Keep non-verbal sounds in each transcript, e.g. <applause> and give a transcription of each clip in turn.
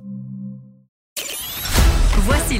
Voici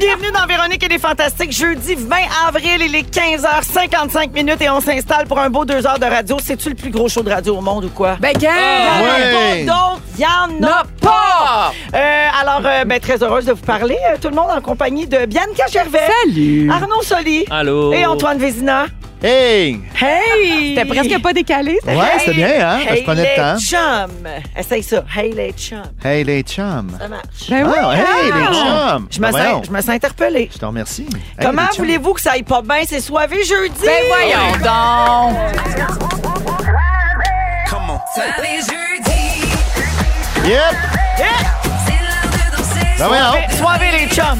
bienvenue dans Véronique et les Fantastiques. Jeudi 20 avril, il est 15h55 minutes et on s'installe pour un beau deux heures de radio. C'est-tu le plus gros show de radio au monde ou quoi? Ah, Ben, il y en a il y en a pas! Euh, alors, euh, ben, très heureuse de vous parler, euh, tout le monde, en compagnie de Bianca Gervais. Salut! Arnaud Soli. Allô! Et Antoine Vézina. Hey! Hey! Ah, C'était presque pas décalé. Ouais, c'était bien, hein? Hey, je prenais le temps. les chums! Essaye ça. Hey, les chums. Hey, les chums. Ça marche. Ben oui, Ah, hey, ah! les chums. Je me, Ben voyons. sens, je me sens interpellée. Je te remercie. Hey, Comment les chums. voulez-vous que ça aille pas bien? C'est soivé jeudi! Ben voyons donc! Yep! Ben voyons. Soivé les chums!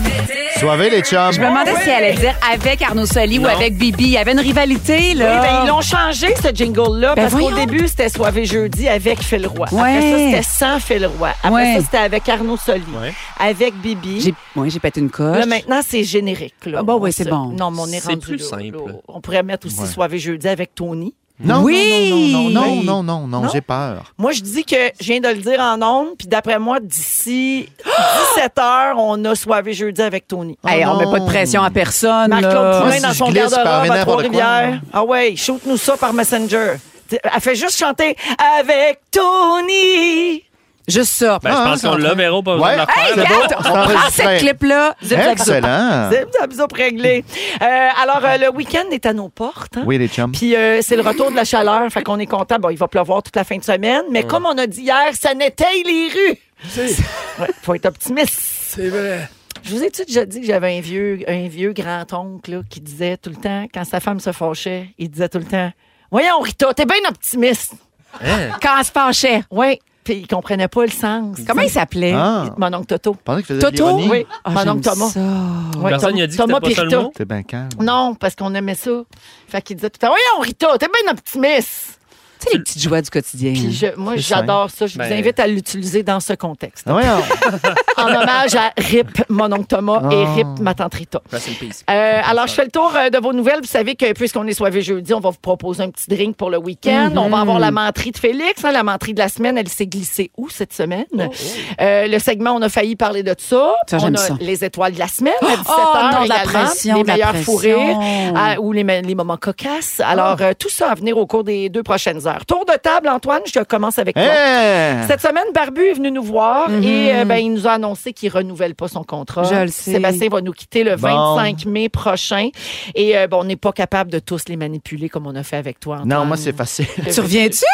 Soivez, les chums. Ah Ah Je me demandais si elle allait dire avec Arnaud Soli ou avec Bibi. Il y avait une rivalité, là. Oui, ben, ils l'ont changé, ce jingle-là, Ben, parce qu'au voyons. début, c'était Soivé jeudi avec Phil Roy. Après Ouais. ça, c'était sans Phil Roy. Après Ouais. ça, c'était avec Arnaud Soli, Ouais. avec Bibi. J'ai ouais, j'ai pété une coche. Là, maintenant, c'est générique. Là. Ah, bon, ouais, On c'est se- bon. Non, mais on est, C'est rendu plus là, simple. là. On pourrait mettre aussi Soivé jeudi avec Tony. Non, Oui! non, non, non, Oui. non, non, non, Non? j'ai peur. Moi, je dis que je viens de le dire en ondes, puis d'après moi, d'ici 17 heures, on a Soivé jeudi avec Tony. Hey, on Oh met non. pas de pression à personne. Marc-Claude là. Poulin Moi, dans si son je glisse par garde-robe à n'importe quoi. Trois-Rivières. Ah ouais, shoot-nous ça par Messenger. T'sais, Elle fait juste chanter avec Tony. Juste ça. Ben, je Ah, pense ça qu'on l'a, va. Véro, pas Ouais. besoin de la hey, refaire. c'est regarde, bon, c'est on prend enregistré. cette clip-là. Zip, zap, zap. Excellent. Zip, zap, zap, réglé. Euh, alors, euh, le week-end est à nos portes. hein. Oui, les chums. Puis euh, c'est le retour de la chaleur, fait qu'on est content. Bon, il va pleuvoir toute la fin de semaine, mais comme on a dit hier, ça n'étaye les rues. <laughs> Ouais, faut être optimiste. C'est vrai. Je vous ai-tu déjà dit que j'avais un vieux, un vieux grand-oncle là, qui disait tout le temps, quand sa femme se fâchait, il disait tout le temps Voyons, Rita, t'es bien optimiste. Eh. ah, Quand on se penchait. Oui, puis il comprenait pas le sens. Comment il s'appelait? Ah, Mon oncle Toto. je pensais que faisais de Toto? l'ironie. Oui, Ah, mon j'aime oncle Thomas. ça. Ouais, Personne Tom- n'y a dit que Thomas c'était pas ça le Pirito. mot? T'es bien calme. Non, parce qu'on aimait ça. Fait qu'il disait tout le temps, voyons, Rita, t'es bien optimiste. Tu sais, les petites joies du quotidien. Puis je- moi, Mm. C'est j'adore ça. Je vous Ben- invite à l'utiliser dans ce contexte. Ah, <laughs> voyons. en hommage à RIP, mon oncle Thomas, et Ah. RIP, ma tante Rita. Rest in peace. Euh, alors, je fais le tour euh, de vos nouvelles. Vous savez que puisqu'on est soivé jeudi, on va vous proposer un petit drink pour le week-end. On va Mm-hmm. avoir la menterie de Félix. hein. la menterie de la semaine, elle s'est glissée où cette semaine? Euh, le segment, on a failli parler de ça. Oh, Ça, on j'aime a ça. les étoiles de la semaine à 17 Oh, heures non, de la également. pression, les de la meilleurs fous pression. Oh. rires à- ou les, me- les moments cocasses. Alors, euh, tout ça à venir au cours des deux prochaines heures. Tour de table, Antoine, je commence avec toi. Eh! Hey! Cette semaine, Barbu est venu nous voir et euh, ben, il nous a annoncé qu'il renouvelle pas son contrat. Mm-hmm. Je le sais. Sébastien va nous quitter le Bon. 25 mai prochain. Et euh, ben, on n'est pas capable de tous les manipuler comme on a fait avec toi, Antoine. Non, moi, c'est facile. Tu reviens-tu?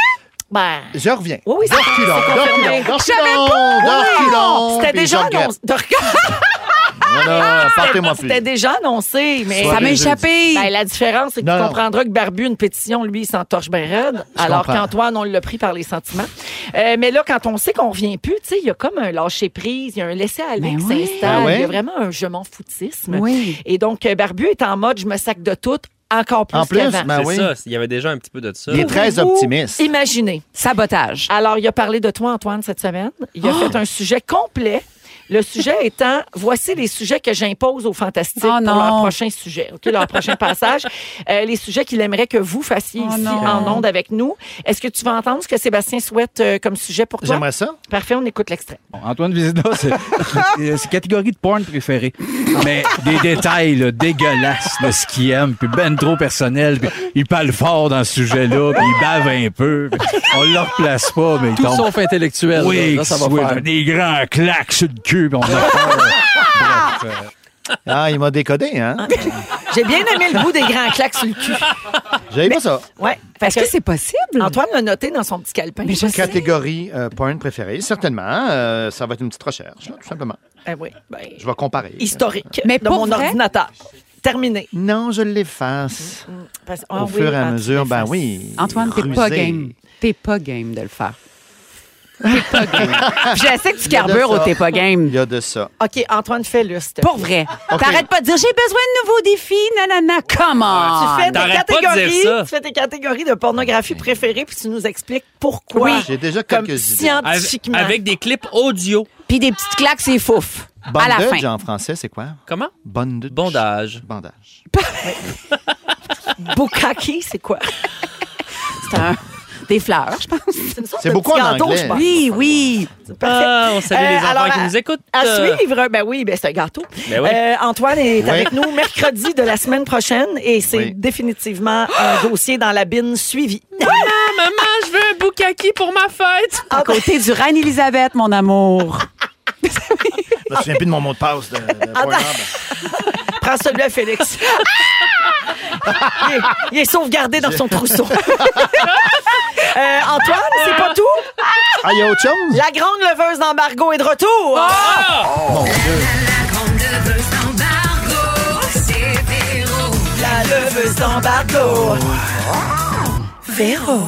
Ben, Je reviens. oui, oui, c'est Reculons, c'est confirmé. reculons, J'avais reculons, reculons, C'était puis déjà je regrette. annoncé. De regarder, Non, non, partez-moi plus. Ah, ben, C'était déjà annoncé, mais... Soirée Ça m'a jeudi. échappé. Ben, la différence, c'est que Non, tu non. comprendras que Barbu, une pétition, lui, il s'entorche bien raide. Je alors comprends. qu'Antoine, on l'a pris par les sentiments. Euh, mais là, quand on sait qu'on revient plus, tu sais, il y a comme un lâcher-prise, il y a un laisser-aller Ben qui oui. s'installe. Ah ouais? Il y a vraiment un je m'en foutisme. Oui. Et donc, euh, Barbu est en mode je me sac de tout encore plus, En plus, qu'avant. ben c'est oui. ça, il y avait déjà un petit peu de ça. Il est très Pouvez-vous optimiste. Imaginez. Sabotage. Ah! Alors, il a parlé de toi, Antoine, cette semaine. Il a fait un sujet complet. Le sujet étant, voici les sujets que j'impose aux fantastiques Oh pour non. leur prochain sujet, ok, leur <laughs> prochain passage, Euh, les sujets qu'il aimerait que vous fassiez Oh ici non. en ondes avec nous. Est-ce que tu vas entendre ce que Sébastien souhaite euh, comme sujet pour toi J'aimerais ça. Parfait, on écoute <laughs> l'extrait. Bon, Antoine Vézina, c'est <laughs> c'est sa catégorie de porn préférée. Mais des détails là, dégueulasses de ce qu'il aime, puis ben trop personnel. Puis il parle fort dans ce sujet-là, puis il bave un peu. puis on le replace pas, mais il tombe. sauf intellectuel. oui, là. Là, ça va oui, faire. des grands claques sur le cul, puis on a peur. Bref, euh, Ah, il m'a décodé, hein? Ah. J'ai bien aimé le bout des grands claques sur le cul. J'avais pas ça. Ouais. Fait Est-ce que c'est possible? Antoine l'a noté dans son petit calepin. Mais je sais. Catégorie euh, porn préférée, certainement. Euh, ça va être une petite recherche, là, tout simplement. Ah oui. Ben, Je vais comparer. historique Mais de pour mon vrai? ordinateur. Terminé. Non, je l'efface. Mm, Parce- Au ah oui, fur et à Antoine, mesure, ben efface. oui. Antoine, t'es pas rusé. game. T'es pas game de le faire. <laughs> T'es pas game. Puis je sais que tu Il y a de carbures ça. au t'es pas game. Il y a de ça. OK, Antoine, fais-le, s'il te plaît. Pour vrai. T'arrêtes pas de dire j'ai besoin de nouveaux défis, nanana. Comment? Ah, Tu fais, des T'arrêtes pas de dire catégories, ça. tu fais tes catégories de pornographie préférées, puis tu nous expliques pourquoi. Oui. J'ai déjà Comme quelques idées. Avec, scientifiquement. avec des clips audio. Ah, Puis des petites claques, c'est fouf. à la Bondage fin. en français, c'est quoi? Comment? Bondage. Bondage. Bandage. Bukkake, c'est quoi? <laughs> C'est un- Des fleurs, je pense. C'est une sorte C'est de beaucoup petit en gâteau, anglais. je pense. Oui, oui. Parfait. Ah, on salue Euh, les enfants alors, qui à- nous écoutent. À Euh, suivre, ben oui, ben c'est un gâteau. Ben oui. Euh, Antoine est Oui. avec nous mercredi de la semaine prochaine et c'est Oui. définitivement un dossier dans la bine suivi. Ah! Maman, je veux un bukkake pour ma fête. À Ah, ben. côté du Reine Elisabeth, mon amour. Je me souviens plus de mon mot de passe de, de Pornhub. Prends celui-là, Félix. il, est, il est sauvegardé dans son <laughs> trousseau. Euh, Antoine, c'est pas tout. Ah, il y a autre chose? Oh! La grande leveuse d'embargo est de retour. Ah! La leveuse d'embargo. Véro.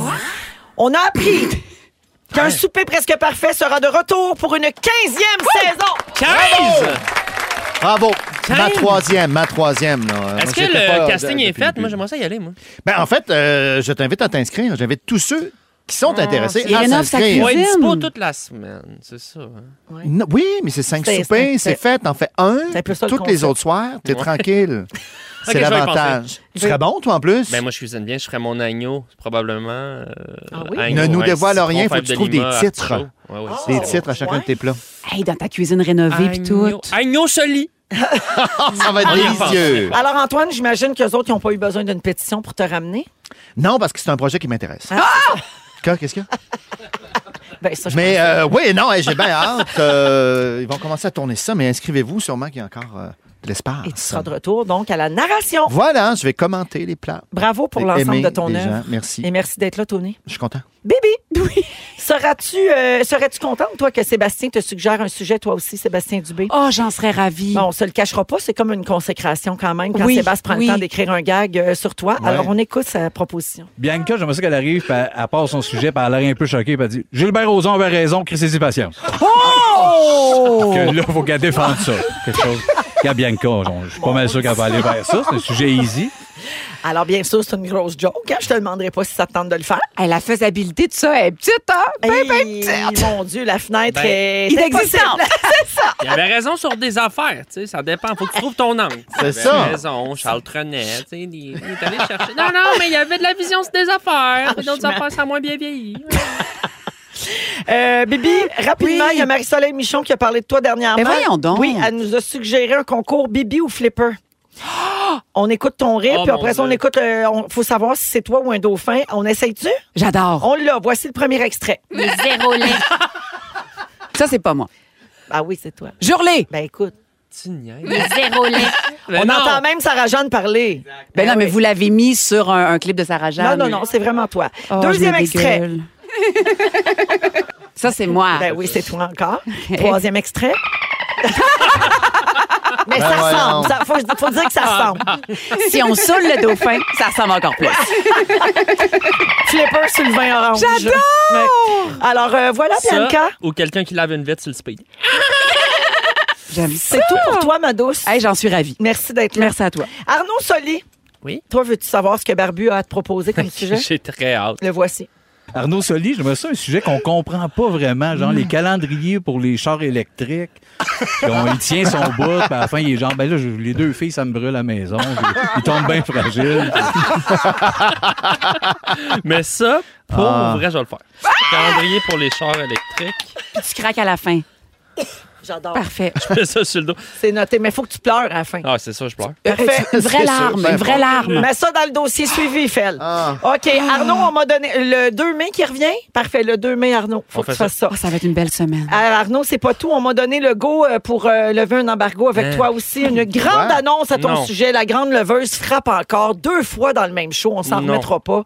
On a appris qu'un souper presque parfait sera de retour pour une 15e saison. 15! Bravo! Ma Quinze. troisième, ma troisième. là. Moi, Est-ce que j'étais le pas, euh, casting de- est depuis le fait? début. Moi, j'aimerais ça y aller, moi. Ben, en fait, euh, je t'invite à t'inscrire. J'invite tous ceux qui Ah, sont intéressés il à rénove sa s'inscrire. cuisine. On va être Cuisine. dispo toute la semaine, c'est ça. hein. Non, oui, mais c'est cinq C'est- soupers, c'est- c'est fait, t'en fais un. C'est un peu ça le Toutes concept. les autres soirs, t'es <laughs> tranquille. Ok, C'est je vais y l'avantage. Tu serais bon, toi, en plus? Ben moi, je cuisine bien. Je ferais mon agneau, probablement. euh, Ah oui? agneau, Ne nous ouais, dévoile citron, rien, faut que fève tu de trouves lima, des titres. artichaut. Ouais, Ah, ouais, c'est Des ça. titres à chacun de tes plats. Hey, dans ta cuisine rénovée pis tout. Agneau, agneau soli. <laughs> Ça va être y pense. délicieux. Alors, Antoine, j'imagine qu'eux autres, ils n'ont pas eu besoin d'une pétition pour te ramener. Non, parce que c'est un projet qui m'intéresse. Quoi, Qu'est-ce qu'il y a? Ah! <laughs> Ben, ça, je Mais euh, oui, non, hey, j'ai bien hâte. Euh, ils vont commencer à tourner ça, mais inscrivez-vous, sûrement qu'il y a encore euh, de Et tu l'espace. seras de retour, donc, à la narration. Voilà, je vais commenter les plats. Bravo pour J'ai l'ensemble aimé de ton les gens. œuvre. Merci. Et merci d'être là, Tony. Je suis content. Bébé, <laughs> oui. seras-tu euh, serais-tu contente, toi, que Sébastien te suggère un sujet, toi aussi, Sébastien Dubé? Oh, j'en serais ravie. Bon, on se le cachera pas, c'est comme une consécration quand même quand Oui, Sébastien prend oui. le temps d'écrire un gag euh, sur toi. Ouais. Alors, on écoute sa proposition. <laughs> Bianca, j'aimerais ça qu'elle arrive, puis elle, elle part son sujet, puis elle a l'air un peu choquée, puis elle dit Gilbert Rozon avait raison, Christy c'est patient. Oh! que là, faut qu'elle défende ça. Quelque chose. Qu'à Bianca, on- je suis pas mal sûr qu'elle va aller vers ça. C'est un sujet easy. Alors, bien sûr, c'est une grosse joke. hein. Je te demanderai pas si ça te tente de le faire. Hey, la faisabilité de ça, elle est petite, hein? Ben, ben Hey, petite. mon Dieu, la fenêtre Ben, est Inexistante. <laughs> Il avait raison sur des affaires, tu sais, ça dépend. Faut que tu trouves ton angle. <laughs> C'est Il avait ça. raison, Charles Trenet, tu sais, il il est allé chercher. Non, non, mais il y avait de la vision sur des Ah, affaires. puis D'autres affaires, ça a moins bien vieilli. Euh, Bibi, rapidement, il y a Marie-Soleil Michon qui a parlé de toi dernièrement. Ah, Mais voyons donc. Oui, elle nous a suggéré un concours Bibi ou Flipper. On écoute ton rire, Oh, puis mon après ça, on Dieu. écoute. Il faut savoir si c'est toi ou un dauphin. On essaye-tu? J'adore. On l'a. Voici le premier extrait. Zéro lait. Ça, c'est pas moi. Ah oui, c'est toi. Jourlé. Ben écoute. Tu niaises. Zéro lait. Mais on non. entend même Sarah-Jeanne parler. Ben non, mais oui. vous l'avez mis sur un, un clip de Sarah Non, Jeanne. non, non, c'est vraiment toi. Oh, Deuxième je l'ai extrait. dégueule. Ça, c'est moi. Ben oui, c'est toi <laughs> encore. Troisième extrait. Mais Ben ça voyons. ressemble. Ça- faut, faut dire que ça ressemble. Si on saoule le <laughs> dauphin, ça ressemble encore plus. Flipper sur le vin orange. J'adore! Alors, euh, voilà, Ça, Bianca. ou quelqu'un qui lave une vite sur le speed. J'aime ça. C'est tout pour toi, ma douce. Hey, j'en suis ravie. Merci d'être là. Merci à toi. Arnaud Soli. Oui. Toi, veux-tu savoir ce que Barbu a à te proposer comme sujet? <laughs> J'ai très hâte. Le voici. Arnaud Soli, j'aimerais ça un sujet qu'on comprend pas vraiment, Hmm. genre les calendriers pour les chars électriques. <laughs> Puis on- il tient <laughs> son bout, puis à la fin, il est genre, ben là, je- les deux filles, ça me brûle la maison. Je- Il tombe bien fragile. Mais ça, pour Ah. vrai, je vais le faire. Calendrier pour les chars électriques. Puis tu craques à la fin. J'adore. Parfait. Je mets ça sur le dos. C'est noté, mais il faut que tu pleures à la fin. Ah, c'est ça, je pleure. Euh, Une vraie C'est larme, sûr, une vraie ben, larme. Mets ça dans le dossier suivi, Fel. Ah. OK, Arnaud, on m'a donné le 2 mai qui revient. Parfait, le 2 mai, Arnaud. Faut On que fait tu fasses ça. Ah, ça va être une belle semaine. Alors, Ah, Arnaud, c'est pas tout. On m'a donné le go euh, pour euh, lever un embargo avec Hein? toi aussi. Une grande Ouais. annonce à ton Non. sujet. La grande leveuse frappe encore deux fois dans le même show. On s'en Non. remettra pas.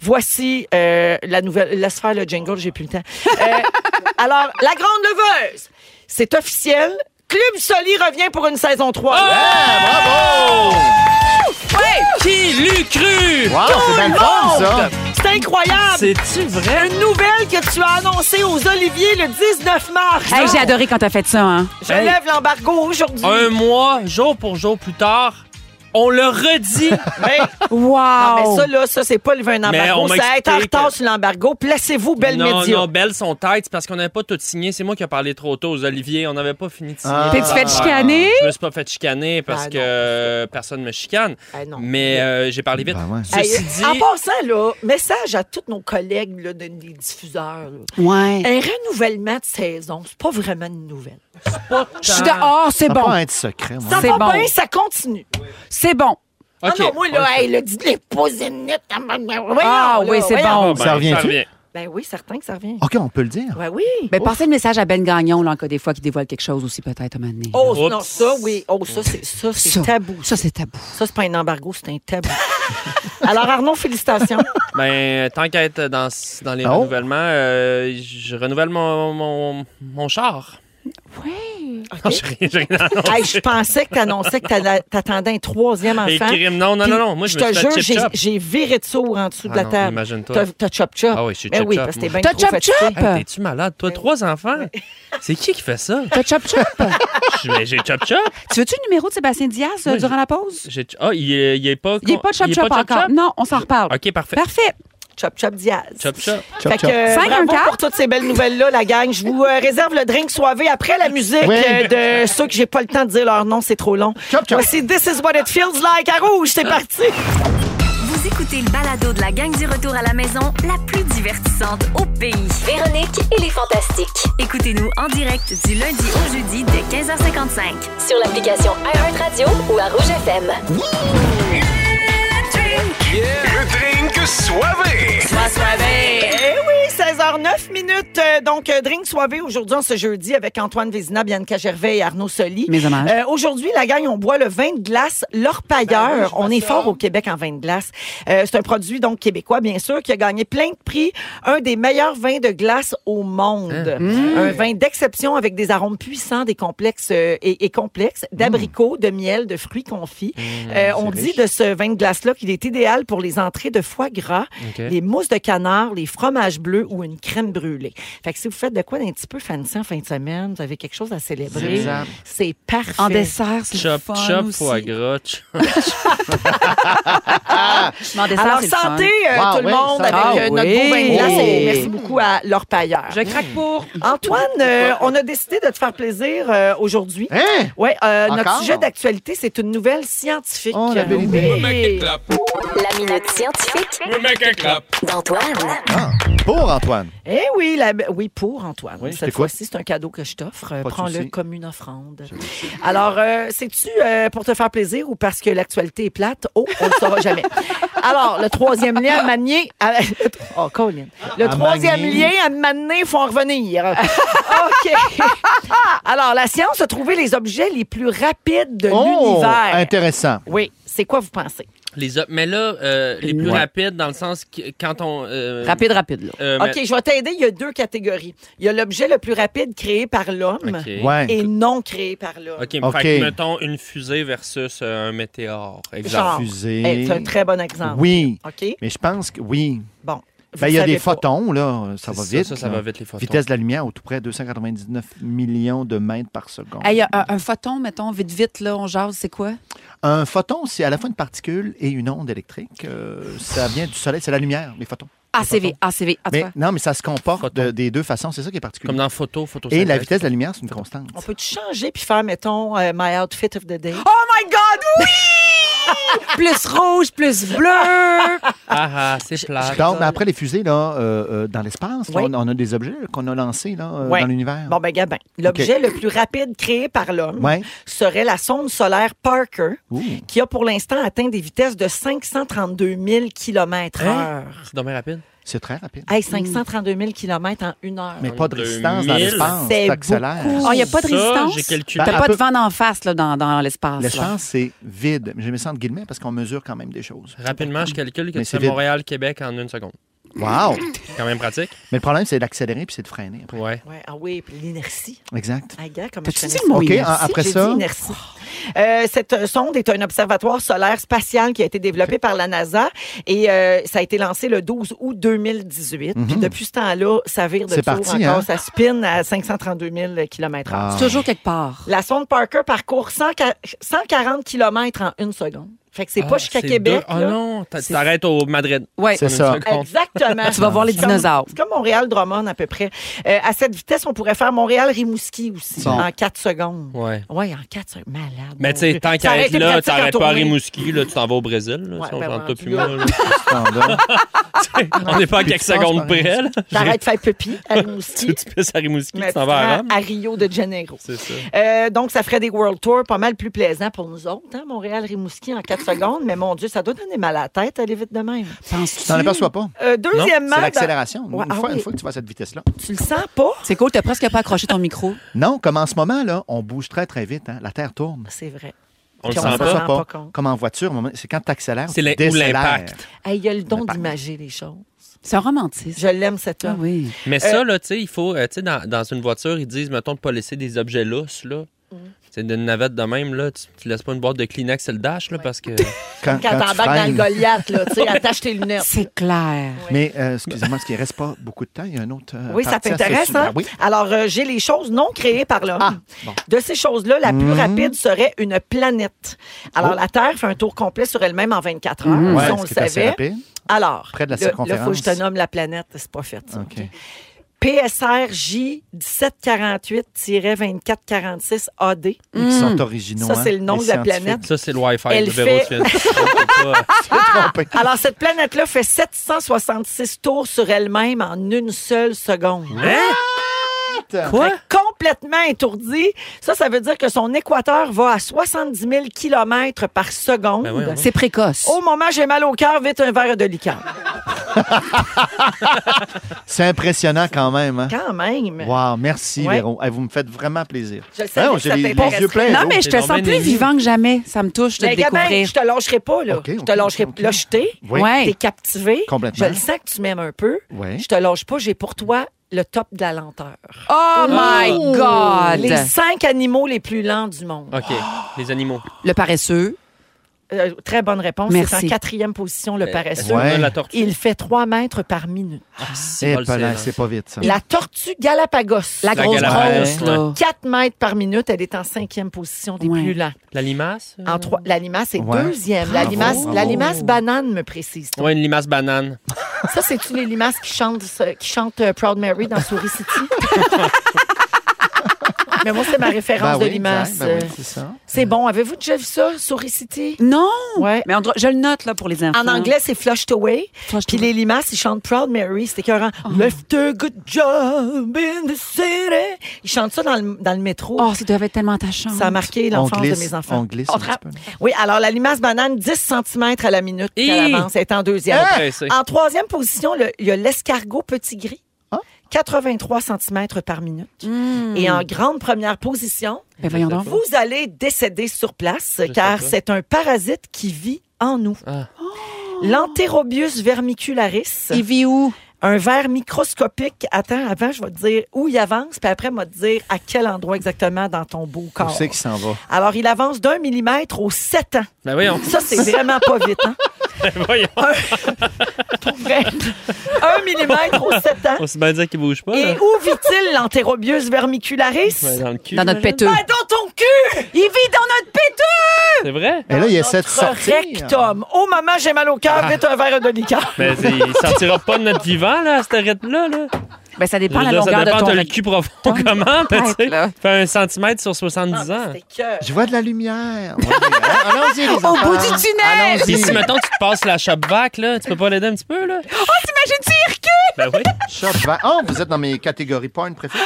Voici euh, la nouvelle. Laisse faire le jingle, j'ai plus le temps. Euh, <laughs> alors, la grande leveuse, c'est officiel. Club Soli revient pour une saison 3. bravo! Qui l'eût cru? Wow, c'est bien le fun, ça! C'est incroyable! C'est-tu vrai? Une nouvelle que tu as annoncée aux Oliviers le 19 mars. Hey, j'ai adoré quand t'as fait ça, hein. Je lève l'embargo aujourd'hui. Un mois, jour pour jour plus tard, on le redit. <laughs> Mais- Wow! Ah, mais ça, là, ça, c'est pas lever un Mais on embargo. C'est être en m'explique. retard sur l'embargo. Placez-vous, belle non, média. non, ben, belles sont têtes parce qu'on n'avait pas tout signé. C'est moi qui ai parlé trop tôt aux Olivier. On n'avait pas fini de signer. Ah. T'es-tu fait chicaner? Je me suis pas fait chicaner parce Ah, non. que euh, personne me chicane. Ah, non. Mais euh, j'ai parlé vite. Ben ouais. Hey, Ceci dit, En passant, là, message à tous nos collègues là, de- des diffuseurs. là. Ouais. Un renouvellement de saison, c'est pas vraiment une nouvelle. pas Je suis tant- dehors, c'est Ça va bon. pas être secret, moi. Ça C'est va bon. bien, ça continue. C'est bon. Ah Ok. non, moi, On le là, fait. hey, là, dis-les pas une minute. Ah oui, c'est bon. Ben, Ça revient-tu? Ben oui, certain que ça revient. OK, on peut le dire. Ben oui. Mais Oh. passez le message à Ben Gagnon, là, encore des fois, qui dévoile quelque chose aussi, peut-être, à un moment donné. Oh, Oups. non, ça, oui. Oh, ça, c'est ça, c'est Ça. tabou. Ça, c'est tabou. Ça, c'est pas un embargo, c'est un tabou. <laughs> Alors, Arnaud, <laughs> félicitations. Ben, tant qu'à être dans, dans les Oh. renouvellements, euh, je renouvelle mon, mon, mon char. Non, j'ai rien- j'ai rien annoncé. Hey, je pensais que t'annonçais que t'allais- t'attendais un troisième Et enfant. crime, non, non, non, non. Moi, je, Puis me suis te fait jure, chip-chop. j'ai- j'ai viré de sourd en dessous Ah de la non, table. imagine-toi. T'as t'as chop-chop. Ah oui, je suis Ben chop-chop, oui, parce que t'es bien moi. T'as trop chop-chop? fatigué. Ben Hey, T'es-tu malade? Toi, trois enfants? C'est qui qui fait ça? T'as chop-chop? Je- ben, J'ai chop-chop. tu veux-tu le numéro de Sébastien Diaz euh, Oui, durant la pause? J'ai- Ah, il est, il est pas... Il n'est pas chop-chop encore. Non, on s'en reparle. OK, parfait. Parfait. Chop-chop Diaz. Chop-chop. Fait que, euh, Cinq, un, bravo quatre. pour toutes ces belles nouvelles-là, la gang. Je vous euh, réserve le drink soivé après la musique Oui. euh, de ceux que j'ai pas le temps de dire leur nom, c'est trop long. Chop, chop. Voici This is what it feels like à rouge. C'est parti. Vous écoutez le balado de la gang du retour à la maison, la plus divertissante au pays. Véronique et les Fantastiques. Écoutez-nous en direct du lundi au jeudi dès 15h55. Sur l'application iHeartRadio ou à Rouge FM. Le drink soivé. Eh oui, 16h09 minutes. Euh, donc, euh, drink soivé aujourd'hui, en ce jeudi, avec Antoine Vézina, Bianca Gervais et Arnaud Soli. Mes hommages. Euh, aujourd'hui, la gang, on boit le vin de glace L'Orpailleur. on est fort au Québec en vin de glace. Euh, c'est un produit, donc, québécois, bien sûr, qui a gagné plein de prix. Un des meilleurs vins de glace au Hein? monde. Mmh. Un vin d'exception avec des arômes puissants, des complexes euh, et, et complexes, d'abricots, de miel, de fruits confits. Euh, on dit de ce vin de glace-là qu'il est idéal pour les entrées de foie gras, OK. les mousses de canard, les fromages bleus ou une crème brûlée. Fait que si vous faites de quoi d'un petit peu fancy en fin de semaine, vous avez quelque chose à célébrer, Exact. c'est parfait. En dessert, c'est le Chop, fun chop, aussi. Ah! foie gras. chop. Mais en dessert, Ah! Alors, c'est le fun. santé, euh, Wow, tout le oui, monde, santé. avec Ah euh, notre oui. beau vin de glace. Et Oh. merci beaucoup à leur pailleur. Je craque pour. Antoine, euh, on a décidé de te faire plaisir euh, aujourd'hui. Hein? Ouais, euh, notre Encore? sujet d'actualité, c'est une nouvelle scientifique. Oh, la belle idée. Oui. La minute scientifique d'Antoine. Pour Antoine. Eh oui, la- oui, pour Antoine. Oui, Cette c'est quoi? fois-ci, c'est un cadeau que je t'offre. Euh, Pas de Prends-le souci. comme une offrande. Alors, euh, c'est-tu euh, pour te faire plaisir ou parce que l'actualité est plate? Oh, on ne le saura <laughs> jamais. Alors, le troisième lien à manier... à- <laughs> Oh, Colin. Le À troisième manier. lien à manier, il faut en <laughs> revenir. OK. Alors, la science a trouvé les objets les plus rapides de Oh, l'univers. intéressant. Oui, c'est quoi vous pensez? Les autres- mais là, euh, les plus Ouais. rapides dans le sens que quand on... euh, Rapide, rapide, là. euh, mais- OK, je vais t'aider. Il y a deux catégories. Il y a l'objet le plus rapide créé par l'homme. OK. Ouais. et non créé par l'homme. OK, OK. fait que, mettons une fusée versus euh, un météore. Genre. Exemple. Fusée. Eh, c'est un très bon exemple. Oui. OK? Mais je pense que oui. Bon. Ben, Vous il y a savez des pas. photons, là. Ça va C'est vite. Ça, ça là. va vite, les photons. Vitesse de la lumière, au tout près, 299 millions de mètres par seconde. Hey, un, un photon, mettons, vite, vite, là, on jase, c'est quoi? Un photon, c'est à la fois une particule et une onde électrique. Euh, ça vient du soleil, c'est la lumière, les photons. ACV, ACV, à Mais, toi. non, mais ça se comporte Photon. de- des deux façons, c'est ça qui est particulier. Comme dans photo, photo. et la vitesse de la lumière, c'est une constante. On peut changer puis faire, mettons, euh, My Outfit of the Day? <laughs> Oh my God, oui! plus rouge, plus bleu. Euh, Ah, ah, c'est plat. Donc, mais après les fusées, là, euh, euh, dans l'espace, Oui. là, on, on a des objets là, qu'on a lancés là, euh, Ouais. dans l'univers. Bon, ben, Gabin, l'objet le plus rapide créé par l'homme Ouais. serait la sonde solaire Parker, Ouh. qui a pour l'instant atteint des vitesses de 532 000 km/h. C'est dommage rapide. Hein? C'est très rapide. Hein? Hey, 532 000 km en une heure. Mais pas de résistance dans 2000. l'espace. C'est Ça accélère. Il n'y a pas de Ça, résistance. j'ai calculé. T'as Ben, pas un de vent d'en face là, dans, dans l'espace. là. L'espace, c'est vide. Je mets ça entre guillemets parce qu'on mesure quand même des choses. Rapidement, je calcule que Mais c'est c'est vite. Montréal-Québec en une seconde. Wow! C'est quand même pratique. Mais le problème, c'est d'accélérer puis c'est de freiner. après. Ouais. Ouais, ah oui, puis l'inertie. Exact. Ah, gars, comme je T'as-tu connais dit ça. le mot OK, inertie? en- après J'ai ça, dit merci. Euh, cette euh, sonde est un observatoire solaire spatial qui a été développé par la NASA et euh, ça a été lancé le 12 août 2018. Puis depuis ce temps-là, ça vire de Mhm. C'est tour parti, encore. hein? Ça spin à 532 000 km h Ah. C'est toujours quelque part. La sonde Parker parcourt 100 ca- 140 km en une seconde. Fait que c'est pas Ah, jusqu'à c'est Québec. deux- Ah là. non, t'a- t'arrêtes au Madrid. Ouais. C'est ça. Exactement. Tu vas voir les C'est comme- dinosaures. C'est comme Montréal Drummond à peu près. Euh, à cette vitesse, on pourrait faire Montréal Rimouski aussi Bon. en 4 secondes. Ouais. Oui, en 4 secondes. Malade. Mais tu sais, tant Ça qu'à aurait être été là, pratique en t'arrêtes pas à tournée. Rimouski, là, tu t'en vas au Brésil. Là, Ouais, si on ben, rentre rendu pas plus là. moi. <laughs> là. Standard. On n'est pas à Puis quelques tu passes secondes par un- près. là. T'arrêtes de faire pipi à <laughs> Rimouski. Tu tu pisses à Rimouski, mais tu t'en vas à prends hein? Rome. à Rio de Janeiro. C'est ça. Euh, donc, ça ferait des World Tours pas mal plus plaisants pour nous autres. Hein? Montréal-Rimouski en 4 secondes. Mais mon Dieu, ça doit donner mal à la tête, aller vite de même. Tu t'en aperçois pas. Euh, Non, deuxièmement, c'est l'accélération. Ouais, une, ah fois, oui. une fois que tu vas à cette vitesse-là. tu le sens pas? C'est cool, t'as presque pas accroché ton micro. Non, comme en ce moment, là, on bouge très, très vite. hein. La Terre tourne. C'est vrai. On le Puis on sent s'en s'en pas. sort. rend pas compte. Comme en voiture, au moment- c'est quand tu accélères. C'est l'in- ou l'impact. Hey, Il y a le don Mais pas- d'imager les choses. C'est un romantisme. Je l'aime, cet Ah homme. oui. Mais ça, là, tu sais, il faut, euh, tu sais, dans, dans une voiture, ils disent, mettons, de pas laisser des objets lousses, là. Mm. C'est d'une navette de même, là. Tu, tu laisses pas une boîte de Kleenex et le dash, là, parce que. <laughs> Quand, Quand quand tu t'embarques dans le freines. Goliath, là, tu sais, attache <laughs> tes lunettes. C'est clair. Mais euh, excusez-moi, parce qu'il ne reste pas beaucoup de temps. Il y a un autre. euh, Oui, ça partie à ce t'intéresse, sujet. hein? Oui. Ah, Alors, euh, j'ai les choses non créées par l'homme. bon. Mhm. De ces choses-là, la plus rapide serait une planète. Alors, Oh. Mhm. la Terre fait un tour complet sur elle-même en 24 heures, Ouais, si ce on le qui est assez savait. rapide. Alors, Près de la là- là, faut que je te circonférence. nomme la planète, c'est pas fait. euh, ça, OK. OK? PSRJ 1748-2446AD. Ils sont originaux. Mm. hein, Ça, c'est le nom les de la scientifiques. planète. Ça, c'est le Wi-Fi. Elle le Véro, fait- tu viens de- <laughs> C'est pas- Trompé. Ah, Alors, cette planète-là fait 766 tours sur elle-même en une seule seconde. Quoi? Fait que Complètement étourdi. Ça, ça veut dire que son équateur va à 70 000 km par seconde. Ben voyons donc. C'est précoce. Au moment où j'ai mal au cœur, vite un verre de liqueur. <laughs> C'est impressionnant quand même. Hein? Quand même. Wow, merci, Ouais. Véro. Eh, vous me faites vraiment plaisir. Ben Je le savais non, que j'ai ça les, les t'intéresserait. yeux pleins. non, d'eau. mais je te C'est sens donc plus bien vivant que jamais. Ça me touche de Mais te Gabin, découvrir. je te lâcherai pas, là. OK, OK, je te lâcherai OK. Là, je t'ai. Oui. Ouais. T'es captivé. Complètement. Je le sens que tu m'aimes un peu. Ouais. Je te lâche pas. J'ai pour toi le top de la lenteur. Oh my God! Les cinq animaux les plus lents du monde. OK. Les animaux. Le paresseux. Euh, très bonne réponse. C'est Merci. en quatrième position, le Est-ce paresseux. qu'on Euh, a Ouais. La tortue. Il fait 3 mètres par minute. Ah, Eh, c'est pas pas là, le c'est sel. pas vite, ça. La tortue Galapagos. La La grosse Galapagos, grosse, là. 4 mètres par minute, elle est en cinquième position des Ouais. plus lents. La limace? euh? En trois, la limace est Ouais. deuxième. La Bravo, limace, la bravo. limace banane, me précise. Ouais, une limace banane. Ça, c'est-tu les limaces qui chantent, ce- qui chantent euh, Proud Mary dans Souris City? <laughs> Mais moi, c'est ma référence Ben oui, de limace. exact, ben oui, Euh, c'est hein. ça. C'est bon. Avez-vous déjà vu ça, Souris City? Non! Ouais. Mais on doit- je le note, là, pour les enfants. En anglais, c'est Flushed Away. Flushed Puis Away. Oh. les limaces, ils chantent Proud Mary. C'est écœurant. Left a good job in the city. Ils chantent ça dans le, dans le métro. Oh, ça devait être tellement attachant. Ça a marqué On l'enfance de glisse, mes enfants. on glisse un frappe. petit peu, Oui, alors la limace banane, 10 cm à la minute Hi! qu'elle avance. Elle est en deuxième. Pas pressé. En troisième position, le- il y a l'escargot petit gris. Ah. 83 cm par minute. Hmm. Et en grande première position, Ben, voyons donc. vous allez décéder sur place sais car pas. c'est un parasite qui vit en nous. Ah. L'Enterobius vermicularis, Oh. Il vit où? un ver microscopique. Attends, avant, je vais te dire où il avance, puis après, moi, te dire à quel endroit exactement dans ton beau On corps. sait qu'il s'en va. Alors, il avance d'un millimètre aux sept ans. Ben voyons. Ça, c'est vraiment pas vite, <laughs> hein? Ben, voyons. <laughs> Pour vrai. Un millimètre aux sept <laughs> ans. On se bien dire qu'il bouge pas. Et là. où vit-il, l'Enterobius vermicularis? Ouais, Dans le cul. Dans notre j'imagine. péteux. Ben, dans ton cul! Il vit dans notre péteux! C'est vrai? Et là, il essaie de sortir. Rectum. Au moment, Oh, j'ai mal au cœur, vite un verre de <laughs> liqueur. <laughs> Mais Ben, c'est- il sortira pas de notre vivant, là, à cet rythme-là. Là. Ben, ça Je veux dépend de la dire, longueur ça dépend, de ton t'as le recul. cul profond <laughs> comment, mais tu tête, là. Ah, sais, fais un centimètre sur 70 ans. C'est <laughs> que- Ah, Je vois de la lumière. Ouais, hein? Allons-y, les enfants. Au bout du tunnel! Puis si, mettons, tu te passes la shop vac, là, tu peux pas l'aider un petit peu, là? Oh, t'imagines-tu, il recule? Ben oui. Shop vac. Oh, vous êtes dans mes catégories porn préférées.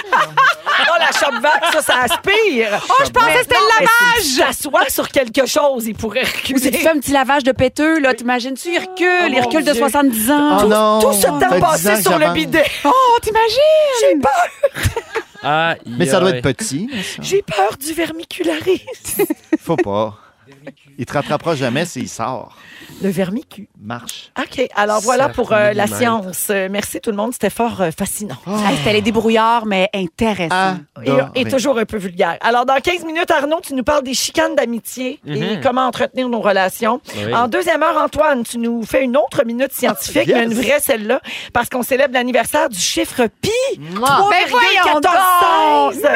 Oh, la chope vac, ça, ça aspire. Oh, je pensais que c'était le lavage. Tu t'assois sur quelque chose, il pourrait Ou si tu reculer. Oh fais un petit lavage de péteux, là, t'imagines-tu, il recule, il Ah, mon recule de Dieu. 70 ans. Oh Tout- non! Tout ce Ça fait temps 10 ans que passé sur le j'avance. bidet. Oh, t'imagines? J'ai peur, Ah, Mais ça doit yeah. être petit. ça. j'ai peur du vermicularisme. Faut pas. Il te rattrapera jamais s'il sort. Le vermicu. Marche. <laughs> OK. Alors voilà Ça pour euh, la millimètre. science. Euh, merci tout le monde. C'était fort euh, fascinant. Ah, C'était les débrouillards, mais intéressants. Ah. Et, et Adoré. toujours un peu vulgaire. Alors, dans 15 minutes, Arnaud, tu nous parles des chicanes d'amitié et Mhm. comment entretenir nos relations. Oui. En deuxième heure, Antoine, tu nous fais une autre minute scientifique, Ah, Yes. mais une vraie celle-là, parce qu'on célèbre l'anniversaire du chiffre pi. Mouah. Ben voyons 3,1416.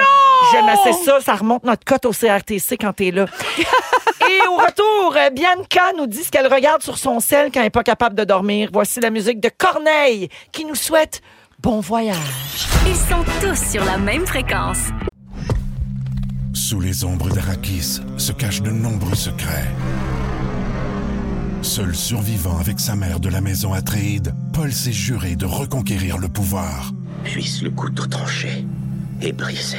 J'aime assez ça. Ça remonte notre cote au CRTC quand t'es là. et au retour, euh, Bianca nous dit ce qu'elle regarde sur son sel quand elle n'est pas capable de dormir. Voici la musique de Corneille qui nous souhaite bon voyage. Ils sont tous sur la même fréquence. Sous les ombres d'Arakis se cachent de nombreux secrets. Seul survivant avec sa mère de la maison Atréide, Paul s'est juré de reconquérir le pouvoir, Puisse le couteau tranché et brisé.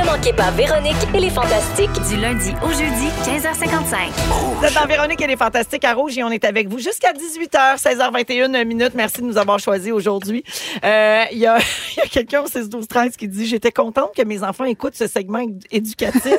Ne manquez pas Véronique et les Fantastiques. Du lundi au jeudi, 15h55. Vous êtes dans Véronique, elle est fantastique à Rouge et on est avec vous jusqu'à 18h, 16h21 minutes. Merci de nous avoir choisis aujourd'hui. Euh, Il y a, <laughs> il y a quelqu'un au 6 12 13 qui dit J'étais contente que mes enfants écoutent ce segment éd- <laughs> éducatif.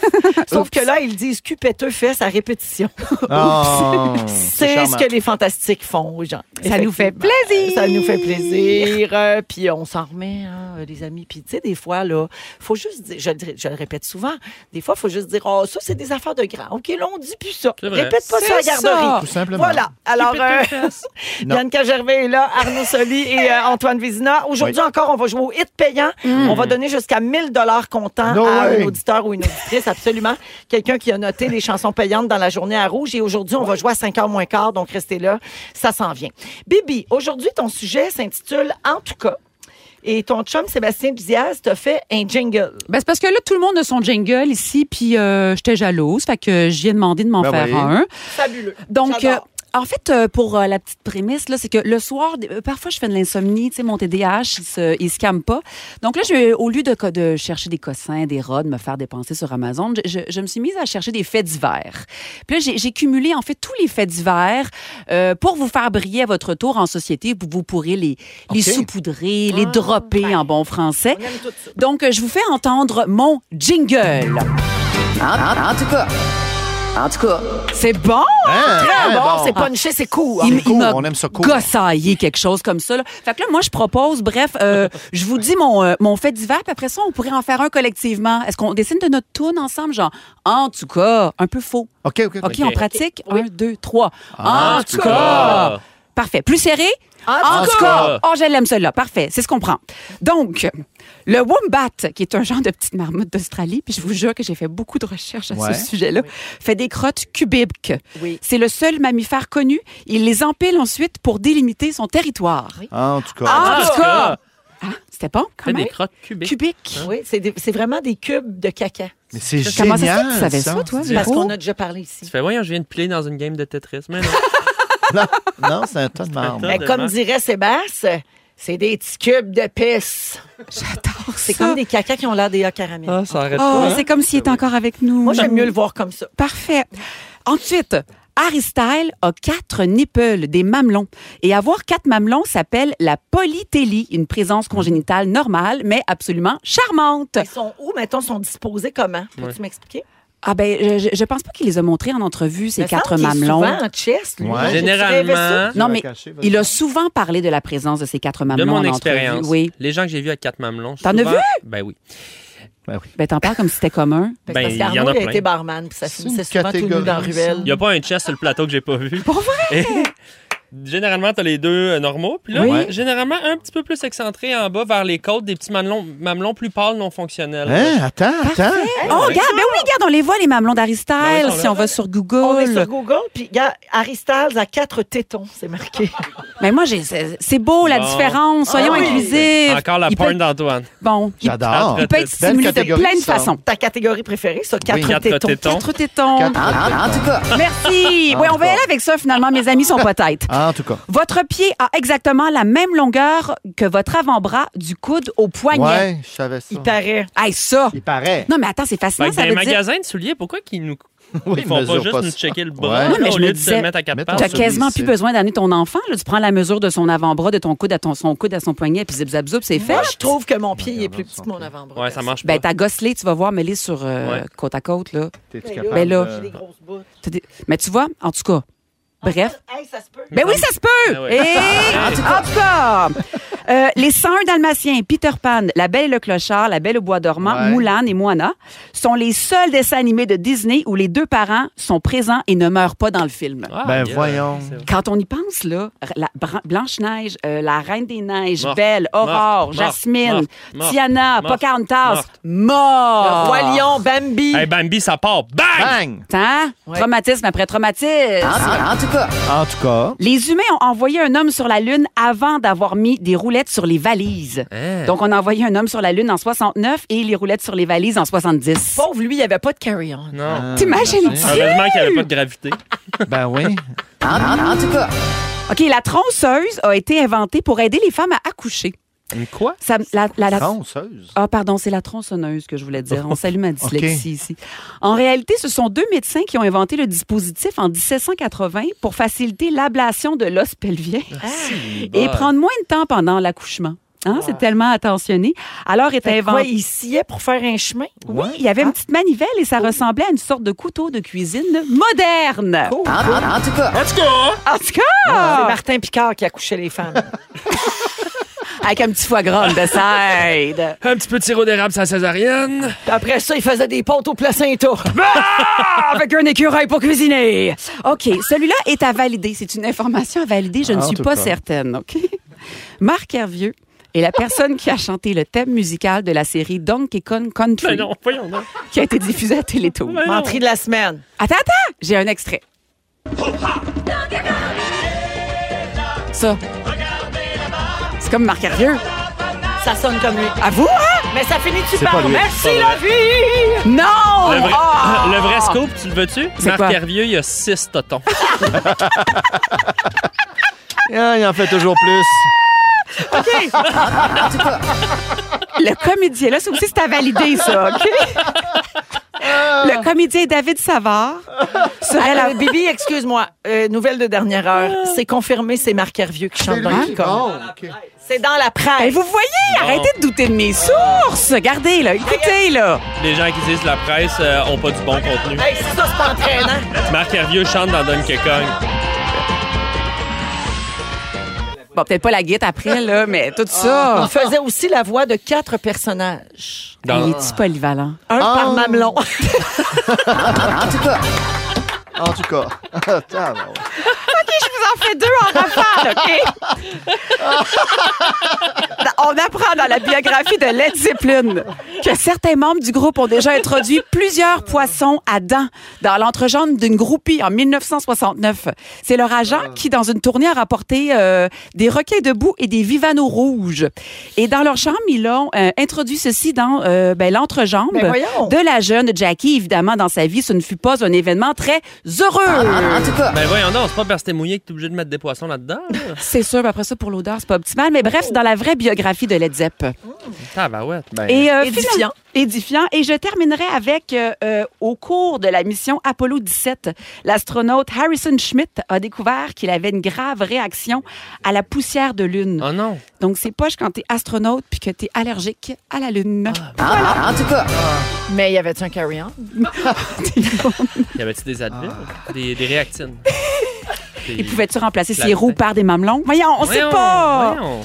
Sauf que là, ils disent cupeteux fesses à répétition. Oh, C'est ce charmant. que les fantastiques font aux gens. Ça nous fait Effectivement. plaisir. Ça nous fait plaisir. Euh, Puis on s'en remet, hein, euh, les amis. Puis tu sais, des fois, là, faut juste dire, je, le dirais- je le répète souvent, des fois, faut juste dire, oh, ça, c'est des affaires de grands. OK, là, on dit plus ça. C'est vrai. Répète pas C'est ça à la ça. garderie. Tout simplement. Voilà. Alors, euh, <laughs> Non. Bianca Gervais est là, Arnaud Soli et <laughs> euh, Antoine Vézina. Aujourd'hui encore, on va jouer au hit payant. On va donner jusqu'à 1000 dollars comptant No à way. un auditeur ou une auditrice, absolument. Quelqu'un qui a noté les chansons payantes dans la journée à rouge. Et aujourd'hui, on va jouer à 5h moins quart, donc restez là, ça s'en vient. Bibi, aujourd'hui, ton sujet s'intitule « En tout cas ». Et ton chum Sébastien Diaz t'a fait un jingle. Ben, c'est parce que là, tout le monde a son jingle ici, puis euh, j'étais jalouse, fait que j'y ai demandé de m'en Ben faire oui. un. Fabuleux. Donc, J'adore. euh, en fait, euh, pour euh, la petite prémisse, là, c'est que le soir, des- euh, parfois, je fais de l'insomnie, tu sais, mon TDAH, il se, il se calme pas. Donc là, je, au lieu de, co- de chercher des cossins, des rats, de me faire dépenser sur Amazon, je, je- je me suis mise à chercher des faits divers. Puis là, j'ai- j'ai cumulé, en fait, tous les faits divers euh, pour vous faire briller à votre tour en société. Vous, vous pourrez les, les Ok. saupoudrer, les dropper en bon français. Ah, On aime tout ça. Donc, euh, je vous fais entendre mon jingle. En, en tout cas. En tout cas. C'est bon? Hein, Très hein, bon, c'est punché, c'est court. Il, C'est court, il m'a on aime ça court. gossaillé quelque chose comme ça. là. Fait que là, moi, je propose, bref, euh, je vous dis mon, euh, mon fait divers, puis après ça, on pourrait en faire un collectivement. Est-ce qu'on dessine de notre tourne ensemble, genre, en tout cas, un peu faux. OK, OK. OK, on pratique. Un, deux, trois. En en tout tout cas. cas. Parfait. Plus serré? En En tout tout cas. cas. Oh, je l'aime celle-là. Parfait. C'est ce qu'on prend. Donc, le wombat, qui est un genre de petite marmotte d'Australie, puis je vous jure que j'ai fait beaucoup de recherches à Ouais. ce sujet-là, fait des crottes cubiques. Oui. C'est le seul mammifère connu. Il les empile ensuite pour délimiter son territoire. En tout cas. En Ah, tout cas. Hein? C'était bon? Fais Comment? des crottes cubiques. Cubique. Oui, c'est des- c'est vraiment des cubes de caca. Mais c'est Comment génial. ça se fait que tu savais ça, toi, Parce Véro? qu'on a déjà parlé ici. Tu fais, voyons, je viens de piler dans une game de Tetris. Mais non. <laughs> Non, non, c'est un tas de marbre. Ben, comme Vraiment. dirait Sébastien, c'est des petits cubes de pisse. J'adore C'est ça. comme des cacas qui ont l'air des caramel. Ah, ça arrête Oh, pas. hein? c'est comme s'il était encore avec nous. Ben Ben Moi, j'aime mieux le voir comme ça. Parfait. Ensuite, Harry Style a quatre nipples, des mamelons. Et avoir quatre mamelons s'appelle la polytélie, une présence congénitale normale, mais absolument charmante. Ils sont où, mettons, sont disposés comment? Peux-tu m'expliquer? Ah ben, je, je- je pense pas qu'il les a montrés en entrevue, ces Il me semble quatre qu'il est mamelons. souvent en chest, lui. Ouais. J'ai rêvé ça. Généralement, Non, Tu l'as mais caché, vas-y. il a souvent parlé de la présence de ces quatre mamelons de en mon entrevue. expérience, Oui. les gens que j'ai vus à quatre mamelons. T'en as souvent- vu? Ben oui. Ben, t'en parles comme si c'était commun. Parce Ben, parce il y en a qu'Arnaud, il a plein. été barman, puis ça C'est finissait une souvent tout nu catégorie, dans la ça. ruelle. Il n'y a pas un chest sur le plateau que j'ai pas vu. Pour vrai? généralement, t'as les deux euh, normaux. Puis là, Oui. ouais, généralement, un petit peu plus excentré en bas vers les côtes, des petits mamelons, mamelons plus pâles non fonctionnels. Hein, attends, attends. Oh, regarde, ben oui, regarde, on les voit, les mamelons d'Aristyle, Ben oui, on si les on va sur Google. On est sur Google, puis il y a Harry Styles à quatre tétons, c'est marqué. <laughs> Mais moi, j'ai- c'est c'est beau, ben, la Bon. différence. Soyons Ah oui. inclusifs. Encore la Il peut- porn d'Antoine. Bon, il- J'adore. Il peut être Belle stimulé de catégorie, plein de ça. façons. Ta catégorie préférée, ça, quatre quatre tétons. tétons. Quatre tétons. Quatre tétons. En tout cas. Merci. En Oui, tout on va y cas. aller avec ça, finalement. Mes amis sont pas têtes. Ah, En tout cas. Votre pied a exactement la même longueur que votre avant-bras du coude au poignet. Ouais, je savais ça. paraît. Hey, ça. Il paraît. Non, mais attends, c'est Fait fascinant. que Ça dans veut les dire... magasins de souliers, pourquoi qu'ils nous. Oui, ils font pas mesurent juste pas nous ça. checker le bras Ouais. Non, Ah, mais au je lieu me de disais, se mettre à quatre pattes? T'as quasiment plus besoin d'amener ton enfant. là. Tu prends la mesure de son avant-bras, de ton coude à ton- son coude à son poignet, puis zip zap zoup, c'est fait. Moi, je trouve que mon pied il est plus petit que mon avant-bras. Ouais, ça marche pas. Ben, t'as gosselé, tu vas voir, mêlé sur euh, Ouais. côte à côte, là. T'es-tu Ben capable là, de- J'ai des grosses bottes. T'as des- Mais tu vois, en tout cas, bref. Ah, Hey, ça se peut. Ben oui, ça se peut! Ah ouais. Et- Ah, en tout cas, euh, les 101 Dalmatiens, Peter Pan, La Belle et le Clochard, La Belle au Bois dormant, Ouais. Moulin et Moana sont les seuls dessins animés de Disney où les deux parents sont présents et ne meurent pas dans le film. Ben voyons. Quand on y pense, là, la Bran- Blanche-Neige, euh, la Reine des Neiges, Morte, Belle, Aurore, morte, Jasmine, morte, morte, Tiana, morte, Pocahontas, morte. mort. Le Roi Lion, ben Bambi. Hey, Bambi, ça part. Bang! Tant, Hein? traumatisme après traumatisme. En tout cas. En tout cas. Les humains ont envoyé un homme sur la Lune avant d'avoir mis des roulettes sur les valises. Hein? Donc, on a envoyé un homme sur la Lune en 69 et les roulettes sur les valises en 70. Pauvre, lui, il avait pas de carry-on. Euh, Non. T'imagines-tu? Ah, Heureusement qu'il n'y avait pas de gravité. Ben oui. En tout cas. OK, la tronçeuse a été inventée pour aider les femmes à accoucher. Une quoi? Ça, la, la- la- Tronçeuse? Ah, pardon, c'est la tronçonneuse que je voulais dire. <laughs> On salue ma OK. dyslexie ici. En réalité, ce sont deux médecins qui ont inventé le dispositif en 1780 pour faciliter l'ablation de l'os pelvien Ah, et prendre moins de temps pendant l'accouchement. Hein, C'est tellement attentionné. Alors est Fait que inventé. quoi, il sciait pour faire un chemin? Ah. Oui, il y avait une petite manivelle et ça ressemblait à une sorte de couteau de cuisine moderne. Ah. En, en tout cas. En tout cas. En tout cas! Ah, C'est Martin Picard qui accouchait les femmes. <laughs> Avec un petit foie gras de side. Un petit peu de sirop d'érable, ça césarienne. Puis Après ça, il faisait des potes au placenta. <laughs> Avec un écureuil pour cuisiner. OK, celui-là est à valider. C'est une information à valider. Je Ah, ne en suis tout pas cas. certaine. OK? Marc Hervieux est la personne qui a chanté le thème musical de la série Donkey Kong <laughs> Country. Ben non, voyons donc. Qui a été diffusée à Télétoon. non. Entrée de la semaine. Attends, attends! J'ai un extrait. Ça. C'est comme Marc Hervieux. Ça sonne comme lui. À vous, hein? Mais ça finit-tu C'est par pas lui. merci C'est la pas vie? Non! Le vrai, Ah! <laughs> le vrai scoop, tu le veux-tu? C'est Marc quoi? Hervieux, il y a six totons. Ah, il en fait toujours plus. <laughs> <laughs> OK. Le comédien, là, ça aussi, c'est à valider, ça, OK? Le comédien David Savard serait la... Euh, Bibi, excuse-moi, euh, nouvelle de dernière heure. C'est confirmé, c'est Marc Hervieux qui chante Donkey Hein? Kong. C'est dans la presse. Ben, vous voyez, Bon. arrêtez de douter de mes sources. Regardez, là, écoutez, là. Les gens qui disent la presse euh, ont pas du bon contenu. Hey, si ça, c'est pas entraînant. Marc Hervieux chante dans Donkey Kong. Bon, peut-être pas la guette après, là, mais tout Il ça. faisait aussi la voix <laughs> de quatre personnages. Dans- Il est-tu <laughs> polyvalent? Oh. Un par <laughs> mamelon. En tout cas. En Ah, tout cas. Attends, bon. OK, je vous en fais deux en rafale, OK? <laughs> Ben, On apprend dans la biographie de Led Zeppelin que certains membres du groupe ont déjà introduit plusieurs poissons à dents dans l'entrejambe d'une groupie en 1969. C'est leur agent Ah. qui, dans une tournée, a rapporté euh, des requins debout et des vivanos rouges. Et dans leur chambre, ils l'ont euh, introduit ceci dans euh, ben, l'entrejambe Ben voyons. de la jeune Jackie. Évidemment, dans sa vie, ce ne fut pas un événement très Ah, heureux. Ben voyons donc, c'est pas parce que t'es mouillé que t'es obligé de mettre des poissons là-dedans. <laughs> là. C'est sûr, mais après ça, pour l'odeur, c'est pas optimal. Mais bref, c'est dans la vraie biographie de Led Zepp. Tabarouette. Ben, Et, euh, édifiant. finalement- édifiant. Et je terminerai avec, euh, euh, au cours de la mission Apollo 17, l'astronaute Harrison Schmitt a découvert qu'il avait une grave réaction à la poussière de lune. Oh non. Donc, c'est poche quand t'es astronaute puis que t'es allergique à la lune. Ah, bah, En, en tout cas. Ah. Mais il y avait-tu un <laughs> carry-on? Y avait-tu des Advil? Des, des réactines? <laughs> Et pouvais-tu remplacer La- ses roues par des mamelons? Voyons, on sait Voyons, pas! voyons.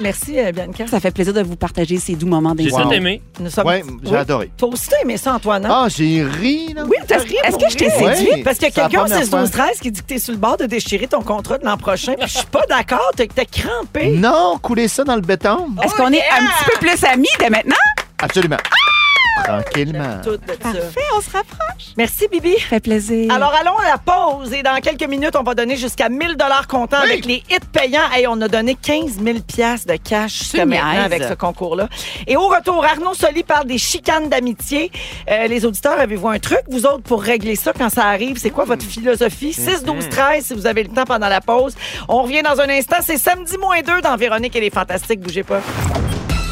Merci, euh, Bianca. Ça fait plaisir de vous partager ces doux moments J'ai d'instant. tout aimé. Nous sommes- Ouais, j'ai Oui. adoré. T'as aussi aimé ça, Antoine? hein? Ah, j'ai ri, là. Oui, t'as ri. Est-ce que je t'ai Oui. séduite? Parce qu'il y a C'est la quelqu'un au première 16 12 13 qui dit que t'es sur le bord de déchirer ton contrat de l'an prochain. Puis je suis pas d'accord, t'es t'es crampé. Non, couler ça dans le béton. Est-ce Oh, qu'on est un petit peu plus amis dès maintenant? Absolument. Tranquillement. Tout de ça. Parfait, on se rapproche. Merci, Bibi. Ça fait plaisir. Alors, allons à la pause et dans quelques minutes, on va donner jusqu'à 1000 dollars comptant avec les hits payants. Et on a donné 15 000 pièces de cash jusqu'à niaise. maintenant avec ce concours-là. Et au retour, Arnaud Soli parle des chicanes d'amitié. Euh, les auditeurs, avez-vous un truc, vous autres, pour régler ça quand ça arrive? C'est quoi votre philosophie? 6, 12, 13, si vous avez le temps pendant la pause. On revient dans un instant. C'est samedi moins 2 dans Véronique et les Fantastiques. Bougez pas.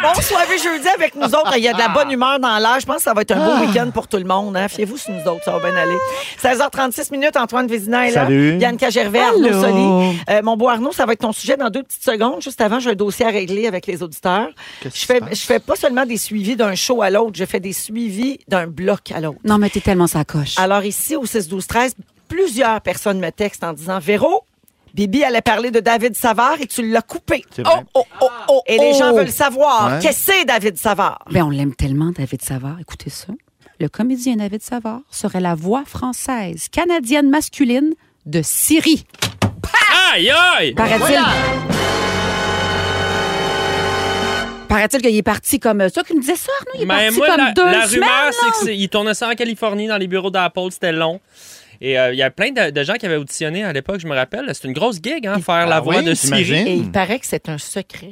Bon, soirée jeudi avec nous autres. Il y a de la bonne humeur dans l'air. Je pense que ça va être un Ah. beau week-end pour tout le monde. Hein. Fiez-vous sur nous autres, ça va bien aller. 16h36 minutes, Antoine Vézina est là. Salut. Yann Gervais, Arnaud Soli. Euh, mon beau Arnaud, ça va être ton sujet dans deux petites secondes. Juste avant, j'ai un dossier à régler avec les auditeurs. Qu'est-ce qui Je se fais, passe? je fais pas seulement des suivis d'un show à l'autre, je fais des suivis d'un bloc à l'autre. Non, mais t'es tellement sacoche. Alors ici, au 6-12-13, plusieurs personnes me textent en disant « Véro, Bibi allait parler de David Savard et tu l'as coupé. » C'est vrai. oh, oh, oh, Et les gens oh. veulent savoir, Ouais. qu'est-ce que c'est David Savard? Ben, on l'aime tellement, David Savard. Écoutez ça. Le comédien David Savard serait la voix française, canadienne masculine de Syrie. Aïe, aïe! Paraît-il. Paraît-il qu'il est parti comme ça, qu'il me disait ça, Arnaud, il est Mais parti Ben, moi, comme la, deux la semaines. rumeur, c'est que c'est- il tournait ça en Californie dans les bureaux d'Apple, c'était long. Et euh, il y a plein de, de gens qui avaient auditionné à l'époque, je me rappelle. C'est une grosse gig, hein, faire la Ah voix oui, de Syrie. j'imagine. Et il paraît que c'est un secret.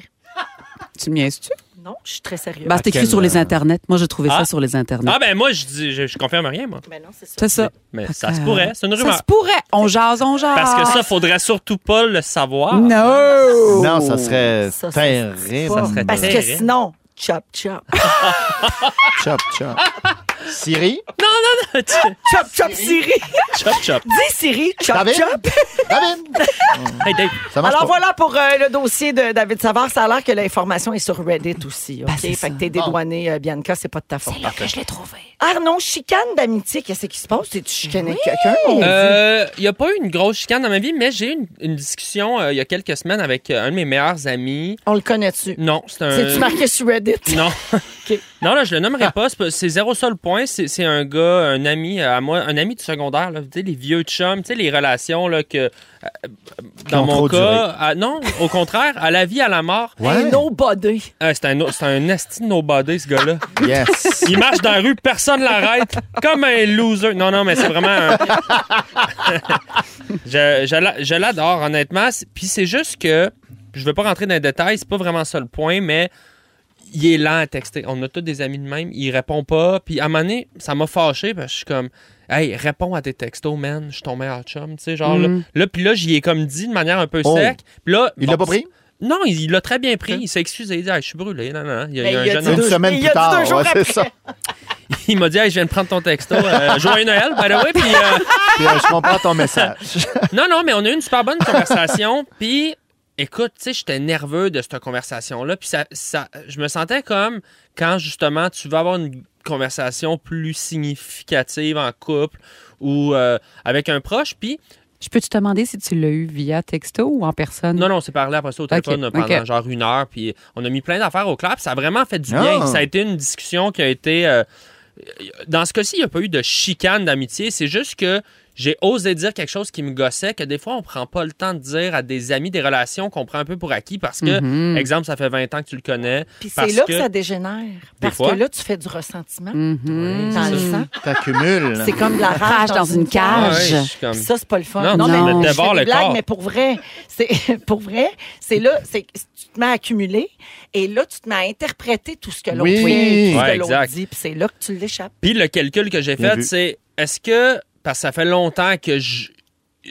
Tu me niaises-tu? Non, je suis très sérieux. Ben, c'est écrit quel, sur les euh, internets. Moi, j'ai trouvé Ah. ça sur les internets. Ah ben moi, je, dis, je, je confirme rien, moi. Ben non, c'est ça. c'est ça. Mais Fait ça que, se euh, pourrait, c'est une Ça rumeur. se pourrait. On jase, on jase. Parce que ça, faudrait surtout pas le savoir. No! Non, <laughs> ça serait Ça, ça, ça, terrible. ça serait Parce que terrible. sinon, chop chop. Chop, chop. Siri? <laughs> chop chop Siri. chop, chop. Dis Siri, chop David? chop. David? Hey, Dave. Ça marche Alors pas. voilà pour euh, le dossier de David Savard. Ça a l'air que l'information est sur Reddit aussi. OK? Ben, c'est fait ça. que t'es dédouané, euh, Bianca, c'est pas de ta faute. C'est là que je l'ai trouvé. Arnaud, chicane d'amitié, qu'est-ce qui se passe? T'es-tu chicané avec quelqu'un? mon Dieu? Euh, Il n'y a pas eu une grosse chicane dans ma vie, mais j'ai eu une, une discussion euh, il y a quelques semaines avec euh, un de mes meilleurs amis. On le connaît-tu? Non, c'est un. C'est-tu marqué sur Reddit? Non. Non, là, je le nommerai pas. C'est pas- C'est zéro seul point. C'est c'est un gars, un ami euh, à moi, un ami du secondaire. Là, tu sais, les vieux chums, tu sais, les relations là, que. euh, dans ont mon trop duré. cas. à- non, au contraire, à la vie, à la mort. Ouais. Nobody. Euh, c'est un, c'est un esti de nobody, ce gars-là. Yes. <laughs> Il marche dans la rue, personne l'arrête, comme un loser. Non, non, mais c'est vraiment. un- <laughs> je je l'a- je l'adore, honnêtement. C'est- Puis c'est juste que. Je veux pas rentrer dans les détails, c'est pas vraiment ça le point, mais il est lent à texter. On a tous des amis de même, il répond pas. Puis à un moment donné, ça m'a fâché parce que je suis comme. Hey, réponds à tes textos, man. Je suis ton meilleur chum, tu sais, genre là. là. Puis là, j'y ai comme dit de manière un peu Mm. Oh. sec. Puis là, Il bon, l'a pas pris? Non, il il l'a très bien pris. Il s'est excusé. Il dit, Ah, je suis brûlé. Non, non, non. Il y a, Mais il y a Ben, il a un jeune dit Une deux- semaine il plus a dit deux tard. jours ouais, après. c'est ça. <laughs> Il m'a dit, Hey, je viens de prendre ton texto. Euh, joyeux Noël, by the way. Puis, euh, Puis, euh, je comprends ton message. <laughs> non, non, mais on a eu une super bonne conversation. Puis, écoute, tu sais, j'étais nerveux de cette conversation-là. Puis, ça, ça, je me sentais comme quand, justement, tu vas avoir une conversation plus significative en couple ou euh, avec un proche. Puis, Je peux te demander si tu l'as eu via texto ou en personne? non, non, on s'est parlé après ça au Ok, téléphone pendant ok. genre une heure. Puis, on a mis plein d'affaires au clair. Puis, ça a vraiment fait du Ah. bien. Ça a été une discussion qui a été. euh, dans ce cas-ci, il n'y a pas eu de chicane d'amitié. C'est juste que j'ai osé dire quelque chose qui me gossait, que des fois, on prend pas le temps de dire à des amis des relations qu'on prend un peu pour acquis parce que, Mhm. exemple, ça fait 20 ans que tu le connais. Puis c'est Parce là que... que- ça dégénère. Parce fois. que là, tu fais du ressentiment. Mhm. Dans le sang. T'accumules. C'est comme de la rage dans une Ah cage. ouais, je suis comme- Puis ça, c'est pas le fun. Non, tu mais te je fais dévores des le blagues, corps. mais pour vrai, c'est <laughs> pour vrai, c'est là, c'est tu te mets à accumuler et là, tu te mets à interpréter tout ce que l'autre Oui. dit, tout ce Ouais, que l'autre exact. dit, puis c'est là que tu l'échappes. Puis le calcul que j'ai Bien fait, vu. c'est est-ce que, parce que ça fait longtemps que je-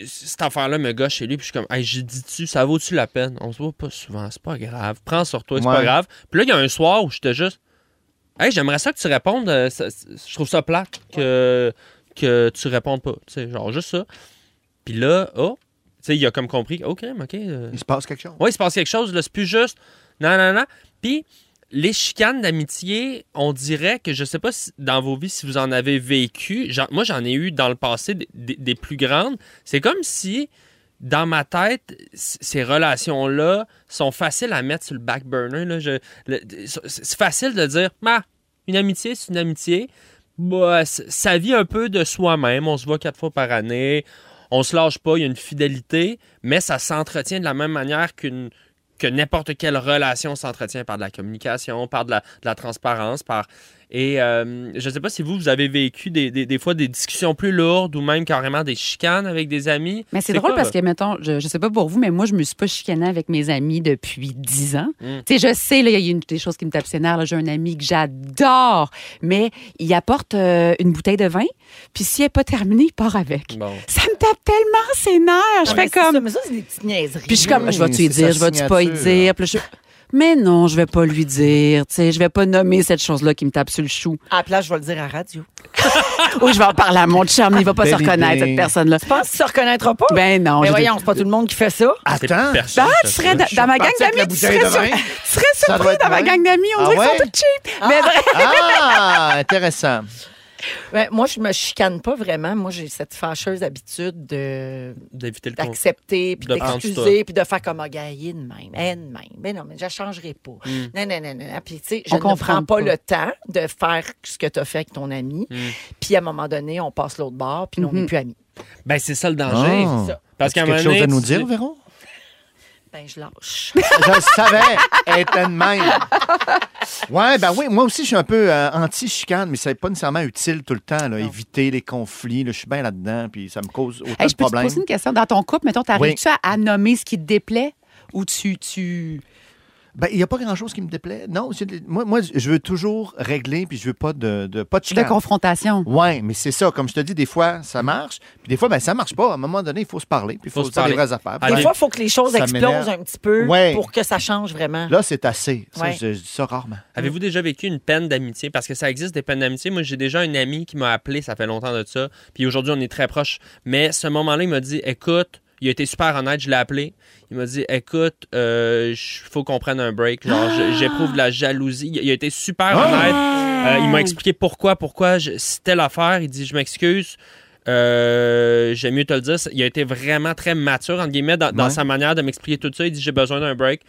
cette affaire-là me gâche chez lui, puis je suis comme, hey, j'ai dit-tu, ça vaut-tu la peine? On se voit pas souvent, c'est pas grave. Prends sur toi, c'est pas Ouais. grave. Puis là, il y a un soir où j'étais juste, hey, j'aimerais ça que tu répondes, euh, ça- ça- je trouve ça plate que, que tu répondes pas. Tu sais, genre juste ça. Puis là, oh, tu sais, il a comme compris, ok, ok. euh, Il se passe quelque chose. oui, il se passe quelque chose, là, c'est plus juste. Non, non, non. Puis, les chicanes d'amitié, on dirait que je sais pas si- dans vos vies si vous en avez vécu. J'en- moi, j'en ai eu dans le passé des, des- des plus grandes. C'est comme si, dans ma tête, c- ces relations-là sont faciles à mettre sur le back burner. là. Je- le- c'est- c'est facile de dire, ma, une amitié, c'est une amitié. Bah, c- ça vit un peu de soi-même. On se voit quatre fois par année. On se lâche pas. Il y a une fidélité, mais ça s'entretient de la même manière qu'une que n'importe quelle relation s'entretient par de la communication, par de la, de la transparence, par... Et euh, je ne sais pas si vous, vous avez vécu des, des- des fois des discussions plus lourdes ou même carrément des chicanes avec des amis. Mais c'est drôle quoi, parce que, votre- mettons, je, je sais pas pour vous, mais moi, je me suis pas chicanée avec mes amis depuis 10 ans. Mm. Tu sais, je sais, là, il y a une, des choses qui me tapent ses nerfs, là. J'ai un ami que j'adore, mais il apporte euh, une bouteille de vin, puis si elle n'est pas terminée, il part avec. Ça me tape tellement ses nerfs. Ah, Je Ouais, fais c'est comme. ça, mais ça, c'est des petites niaiseries. Puis je suis comme, je vais-tu y Oui, c'est dire, je sa vais-tu pas y signature. dire? Puis là, je- Mais non, je vais pas lui dire. Tu sais, je vais pas nommer cette chose-là qui me tape sur le <laughs> chou. À la place, je vais le dire à la radio. Oui, je vais en parler à mon chum, il va pas se Belle reconnaître, idée. cette personne-là. Tu penses qu'il se reconnaîtra pas? Ben non. Mais je- voyons, c'est pas tout le monde qui fait ça. Attends. Ah, tu serais dans, dans ma gang d'amis, tu serais, sur- tu serais surpris dans ma gang d'amis. On Ah dirait ouais? qu'ils sont tous cheap. Ah. Mais vrai. Ah, intéressant. Ben, moi, je me chicane pas vraiment. Moi, j'ai cette fâcheuse habitude de D'éviter le d'accepter, puis De prendre d'excuser, tout. puis de faire comme Ah, un gaillé de même, hein, de même. Mais non, mais je ne changerai pas. Mm. Non, non, non, non, non. Puis, tu sais, je On ne prends comprend pas, pas. le temps de faire ce que tu as fait avec ton ami. Hmm. Puis, à un moment donné, on passe l'autre bord, puis on n'est plus amis. Ben, c'est ça le danger. Mhm. Ah. C'est ça. Parce As-tu qu'à un quelque moment donné, chose à nous tu- dire, Véron? Ben, je lâche. Je le savais, elle était de même. Ouais, ben oui, moi aussi, je suis un peu euh, anti-chicane, mais c'est pas nécessairement utile tout le temps, là, éviter les conflits. là, je suis bien là-dedans, puis ça me cause autant Hey, de je peux te problèmes. poser une question. Dans ton couple, mettons, t'arrives-tu à, à nommer ce qui te déplaît ou tu. tu... Ben, il n'y a pas grand-chose qui me déplaît. Non, c'est de- moi, moi, je veux toujours régler, puis je veux pas de, de pas de chicane. confrontation. Oui, mais c'est ça. Comme je te dis, des fois, ça marche, puis des fois, ben, ça marche pas. À un moment donné, il faut se parler, puis il faut, se dire les vraies affaires. Des fois, il faut que les choses Ça explosent m'énerve. un petit peu Ouais. pour que ça change vraiment. Là, c'est assez. Ça, Ouais. je, je dis ça rarement. Avez-vous déjà vécu une peine d'amitié? Parce que ça existe des peines d'amitié. Moi, j'ai déjà un ami qui m'a appelé, ça fait longtemps de ça. Puis aujourd'hui, on est très proches. Mais ce moment-là, il m'a dit Écoute, il a été super honnête, je l'ai appelé. Il m'a dit Écoute, il faut qu'on prenne un break. Genre, je- j'éprouve de la jalousie. Il a- il a été super honnête. Euh, il m'a expliqué pourquoi, pourquoi je- c'était l'affaire. Il dit Je m'excuse. Euh, J'aime mieux te le dire. Il a été vraiment très mature, entre guillemets, dans, dans Ouais. sa manière de m'expliquer tout ça. Il dit J'ai besoin d'un break.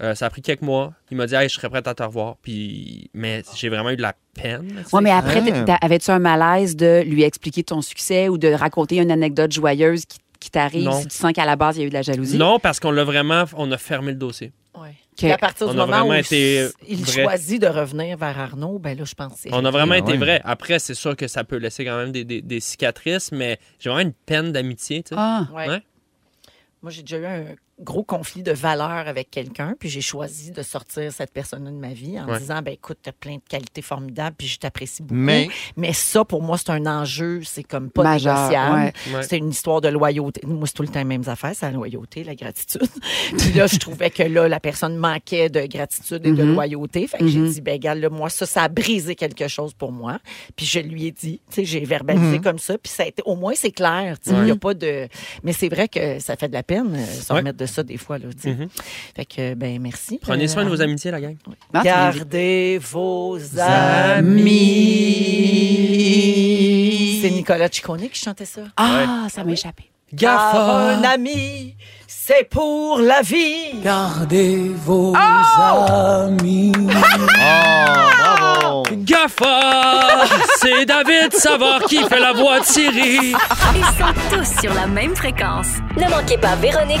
Euh, ça a pris quelques mois. Il m'a dit Hey, je serais prêt à te revoir. Puis, mais j'ai vraiment eu de la peine. Oui, mais après, Hein? Ah. t'as- avais-tu un malaise de lui expliquer ton succès ou de raconter une anecdote joyeuse qui, qui t'arrive Non. si tu sens qu'à la base, il y a eu de la jalousie? Non, parce qu'on l'a vraiment, on a fermé le dossier. Puis à partir du On a moment où vraiment été il vrai. choisit de revenir vers Arnaud, ben là, je pense que c'est On a vraiment réglé. été vrai. Après, c'est sûr que ça peut laisser quand même des, des- des cicatrices, mais j'ai vraiment une peine d'amitié. tu sais. Ah, Ouais. Ouais. Moi, j'ai déjà eu un gros conflit de valeurs avec quelqu'un, puis j'ai choisi de sortir cette personne-là de ma vie en Ouais. disant ben écoute, t'as plein de qualités formidables, puis je t'apprécie beaucoup. Mais... Mais- ça, pour moi, c'est un enjeu, c'est comme pas Majeur, négociable. ouais. Ouais. C'est une histoire de loyauté. Moi, c'est tout le temps les mêmes affaires, c'est la loyauté, la gratitude. <laughs> puis là, je trouvais que là, la personne manquait de gratitude et de Mhm. loyauté. Fait que Mhm. j'ai dit, ben regarde, là, moi, ça, ça a brisé quelque chose pour moi. Puis je lui ai dit, tu sais, j'ai verbalisé Mhm. comme ça, puis ça a été, au moins, c'est clair. tu sais, Ouais. il y a pas de. Mais c'est vrai que ça fait de la peine euh, s'en Mm-hmm. Ouais. Mm-hmm. remettre de ça des fois. Là, tu sais. Fait que, ben, merci. Prenez Euh, soin de vos amitiés, la gang. Gardez vos amis. C'est Nicolas Ciccone qui chantait ça. Ah, ça m'a échappé. Gaffe un ami, c'est pour la vie. Oh! Gardez vos <laughs> amis. bravo! Gaffa! ah, C'est David Savard qui fait la voix de Siri. Ils sont tous sur la même fréquence. Ne manquez pas Véronique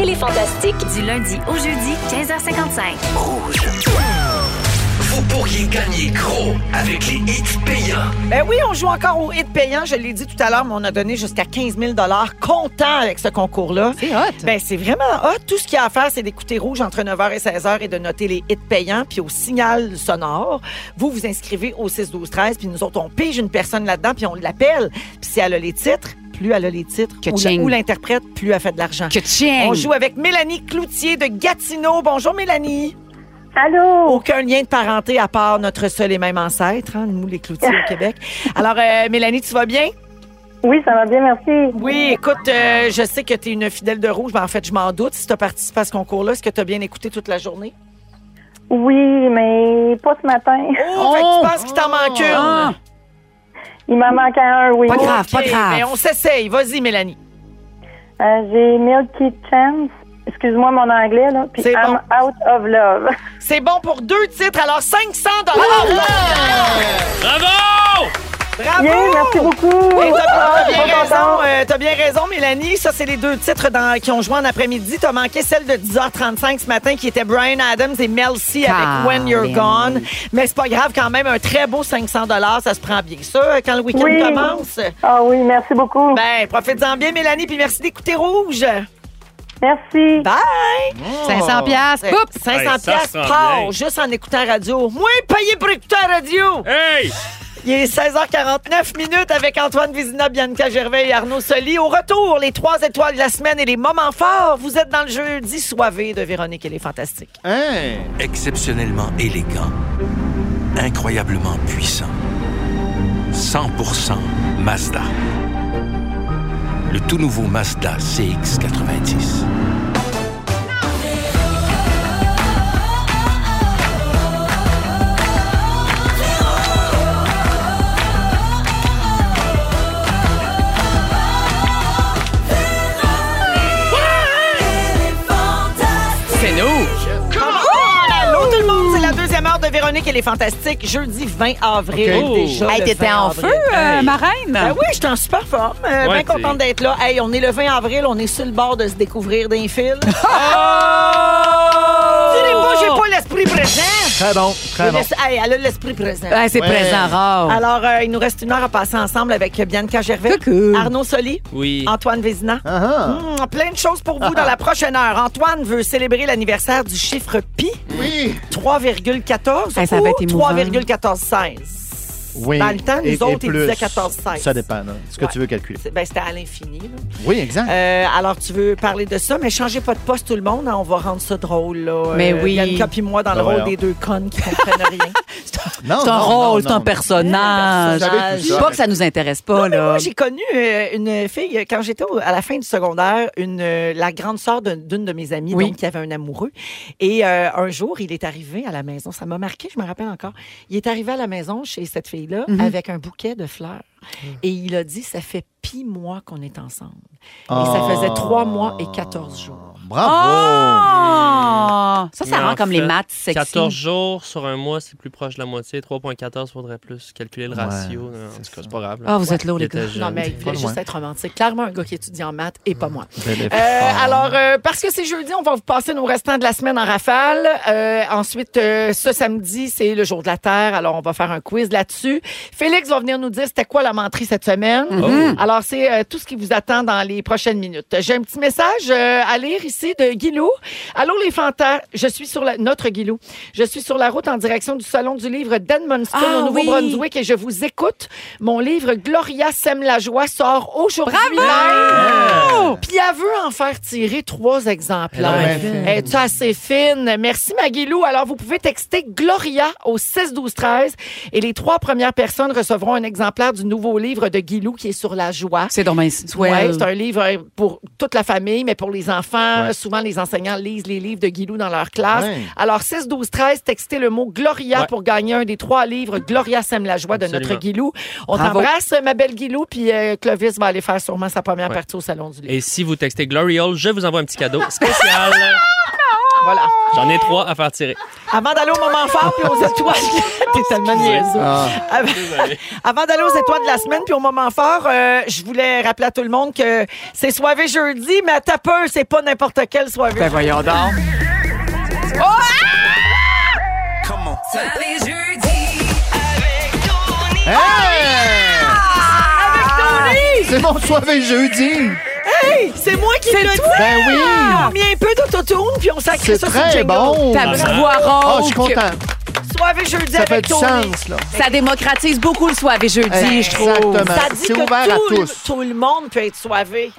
et les Fantastiques. Du lundi au jeudi, 15h55. Rouge. Vous pourriez gagner gros avec les hits payants. Ben oui, on joue encore au hit payant. Je l'ai dit tout à l'heure, mais on a donné jusqu'à 15 000 comptant avec ce concours-là. C'est hot. Ben, c'est vraiment hot. Tout ce qu'il y a à faire, c'est d'écouter Rouge entre 9h et 16h et de noter les hits payants. Puis au signal sonore, vous vous inscrivez au 6-12-13. Puis nous autres, on pige une personne là-dedans, puis on l'appelle. Puis si elle a les titres, plus elle a les titres ou la- Ka-ching. ou l'interprète, plus elle fait de l'argent. On joue avec Mélanie Cloutier de Gatineau. Bonjour, Mélanie. Allô? Aucun lien de parenté à part notre seul et même ancêtre, hein, nous, les Cloutiers <laughs> au Québec. Alors, euh, Mélanie, tu vas bien? Oui, ça va bien, merci. Oui, écoute, euh, je sais que tu es une fidèle de rouge, mais en fait, je m'en doute. Si tu as participé à ce concours-là, est-ce que tu as bien écouté toute la journée? Oui, mais pas ce matin. <laughs> <laughs> Oh, fait que tu penses qu'il t'en manque une? Il m'en manque un, oui. Ok, Mais on s'essaye. Vas-y, Mélanie. Euh, J'ai Milky Chance. Excuse-moi mon anglais, là. Puis C'est I'm out of love. C'est bon pour deux titres, alors 500 dollars. Bravo! Bravo! Yeah, merci beaucoup. Et t'as- t'as Ah, bien, trop raison, content. euh, t'as bien raison, Mélanie. Ça, c'est les deux titres dans- qui ont joué en après-midi. T'as manqué celle de 10h35 ce matin qui était Brian Adams et Mel C avec Ah, When You're Mélanie. Gone. Mais c'est pas grave, quand même, un très beau 500 Ça se prend bien, ça, euh, quand le week-end Oui. commence. Ah oui, merci beaucoup. Ben, profite-en bien, Mélanie, puis merci d'écouter Rouge. Merci. Bye! Oh. 500 piastres, Ouais, poup! 500 Hey, ça piastres, se rend part, bien. juste en écoutant radio. Moins payé pour écouter la radio! Hey! Il est 16h49 minutes avec Antoine Vizina, Bianca Gervais et Arnaud Soli. Au retour, les trois étoiles de la semaine et les moments forts. Vous êtes dans le jeudi soivé de Véronique et les Fantastiques. Exceptionnellement élégant. Incroyablement puissant. 100% Mazda. Le tout nouveau Mazda CX90. C'est nous! Allô tout le monde, c'est la deuxième heure de Véronique et les Fantastiques, jeudi 20 avril Ok. déjà. Hey, le t'étais 20 en avril. feu, euh, ma reine. Ben oui, j'étais en super forme. Euh, Ouais, bien contente t'es- d'être là. Hey, on est le 20 avril, on est sur le bord de se découvrir d'un <laughs> fil. oh! moi j'ai pas l'esprit présent. Très bon, très Le bon. laisse- hey, elle a l'esprit présent. Ouais, c'est Ouais. présent, rare. Alors, euh, il nous reste une heure à passer ensemble avec Bianca Gervais, Arnaud Soli, Oui. Antoine Vézina. Ah, Hmm, plein de choses pour vous dans la prochaine heure. Antoine veut célébrer l'anniversaire du chiffre pi. Oui. 3,14 Hey, ça va être ou émouvant. 3,1416. Oui. Dans Ben, le temps, nous et- et autres, ils plus. disaient 14-16. Ça dépend, hein, ce que Ouais. tu veux calculer. C'est- Ben, c'était à l'infini. là. Oui, exact. Euh, alors, tu veux parler de ça, mais changez pas de poste, tout le monde. hein, on va rendre ça drôle. Là. Mais oui. Il y a une copie Ah, moi dans le Ben rôle hein. voyons. des deux connes qui comprennent rien. Non, c'est un non, rôle, non, c'est un non. personnage. Vous savez tout ça. Pas que ça nous intéresse Non, pas, Ah, mais là. moi, j'ai connu euh, une fille, euh, quand j'étais au- à la fin du secondaire, une, euh, la grande sœur de- d'une de mes amies, Oui. donc, qui avait un amoureux. Et euh, un jour, il est arrivé à la maison. Ça m'a marqué, je me rappelle encore. Il est arrivé à la maison chez cette fille-là Mhm. Ah. avec un bouquet de fleurs. Et il a dit, ça fait pis mois qu'on est ensemble. Et ça faisait Ah. trois mois et 14 jours. Ah! Bravo! Ah. Ça, ça Mais rend en comme fait, les maths sexy. 14 jours sur un mois, c'est plus proche de la moitié. 3,14, faudrait plus calculer le ratio. Non, en tout cas, c'est pas grave. là. Ah, vous êtes lourds, Il les était gars. jeune. Non, mais il voulait juste être romantique. Clairement, un gars qui étudie en maths et pas moi. Belle Euh, effort. alors, euh, parce que c'est jeudi, on va vous passer nos restants de la semaine en rafale. Euh, ensuite, euh, ce samedi, c'est le jour de la Terre. Alors, on va faire un quiz là-dessus. Félix va venir nous dire c'était quoi la menterie cette semaine. Mhm. Oh. Alors, c'est euh, tout ce qui vous attend dans les prochaines minutes. J'ai un petit message euh, à lire ici de Guilou. Allô, les fantas. Je suis sur la... Notre Guilou. Je suis sur la route en direction du Salon du livre d'Edmundston Ah, au Nouveau-Brunswick oui. et je vous écoute. Mon livre Gloria sème la joie sort aujourd'hui. Bravo! même. Puis elle veut en faire tirer trois exemplaires. Elle est bien fine. Es-tu assez fine? Merci, Maguilou. Alors, vous pouvez texter Gloria au 6-12-13 et les trois premières personnes recevront un exemplaire du nouveau livre de Guilou qui est sur la joie. C'est dommage. Ouais, c'est un livre euh, pour toute la famille, mais pour les enfants, Ouais. souvent les enseignants lisent les livres de Guilou dans leur classe. Ouais. Alors 6 12 13, textez le mot Gloria Ouais. pour gagner un des trois livres Gloria sème la joie de Absolument. notre Guilou. On Bravo. t'embrasse ma belle Guilou puis euh, Clovis va aller faire sûrement sa première Ouais. partie au salon du livre. Et si vous textez Glory Hole, je vous envoie un petit cadeau <laughs> spécial. voilà. J'en ai trois à faire tirer. Avant d'aller au moment fort puis aux étoiles, <laughs> t'es tellement niaiseux. Ah. Avant, <laughs> avant d'aller aux étoiles de la semaine puis au moment fort, euh, je voulais rappeler à tout le monde que c'est soirée jeudi, mais ta peur, c'est pas n'importe quelle soirée. Ben voyons donc. Oh! Soirée jeudi. Ah, Ah, soir et jeudi. Hey, c'est moi qui C'est le dis. toi! Ben oui. On a mis un peu d'autotune puis on s'est C'est ça sur très le jingle. bon. Ah, je suis content. Soir et jeudi Ça fait avec du Tony. sens, là. Ça démocratise beaucoup le soir et jeudi, je trouve. Exactement. Ça dit C'est que ouvert à tout, le- tous. tout le monde peut être Ah. soivé.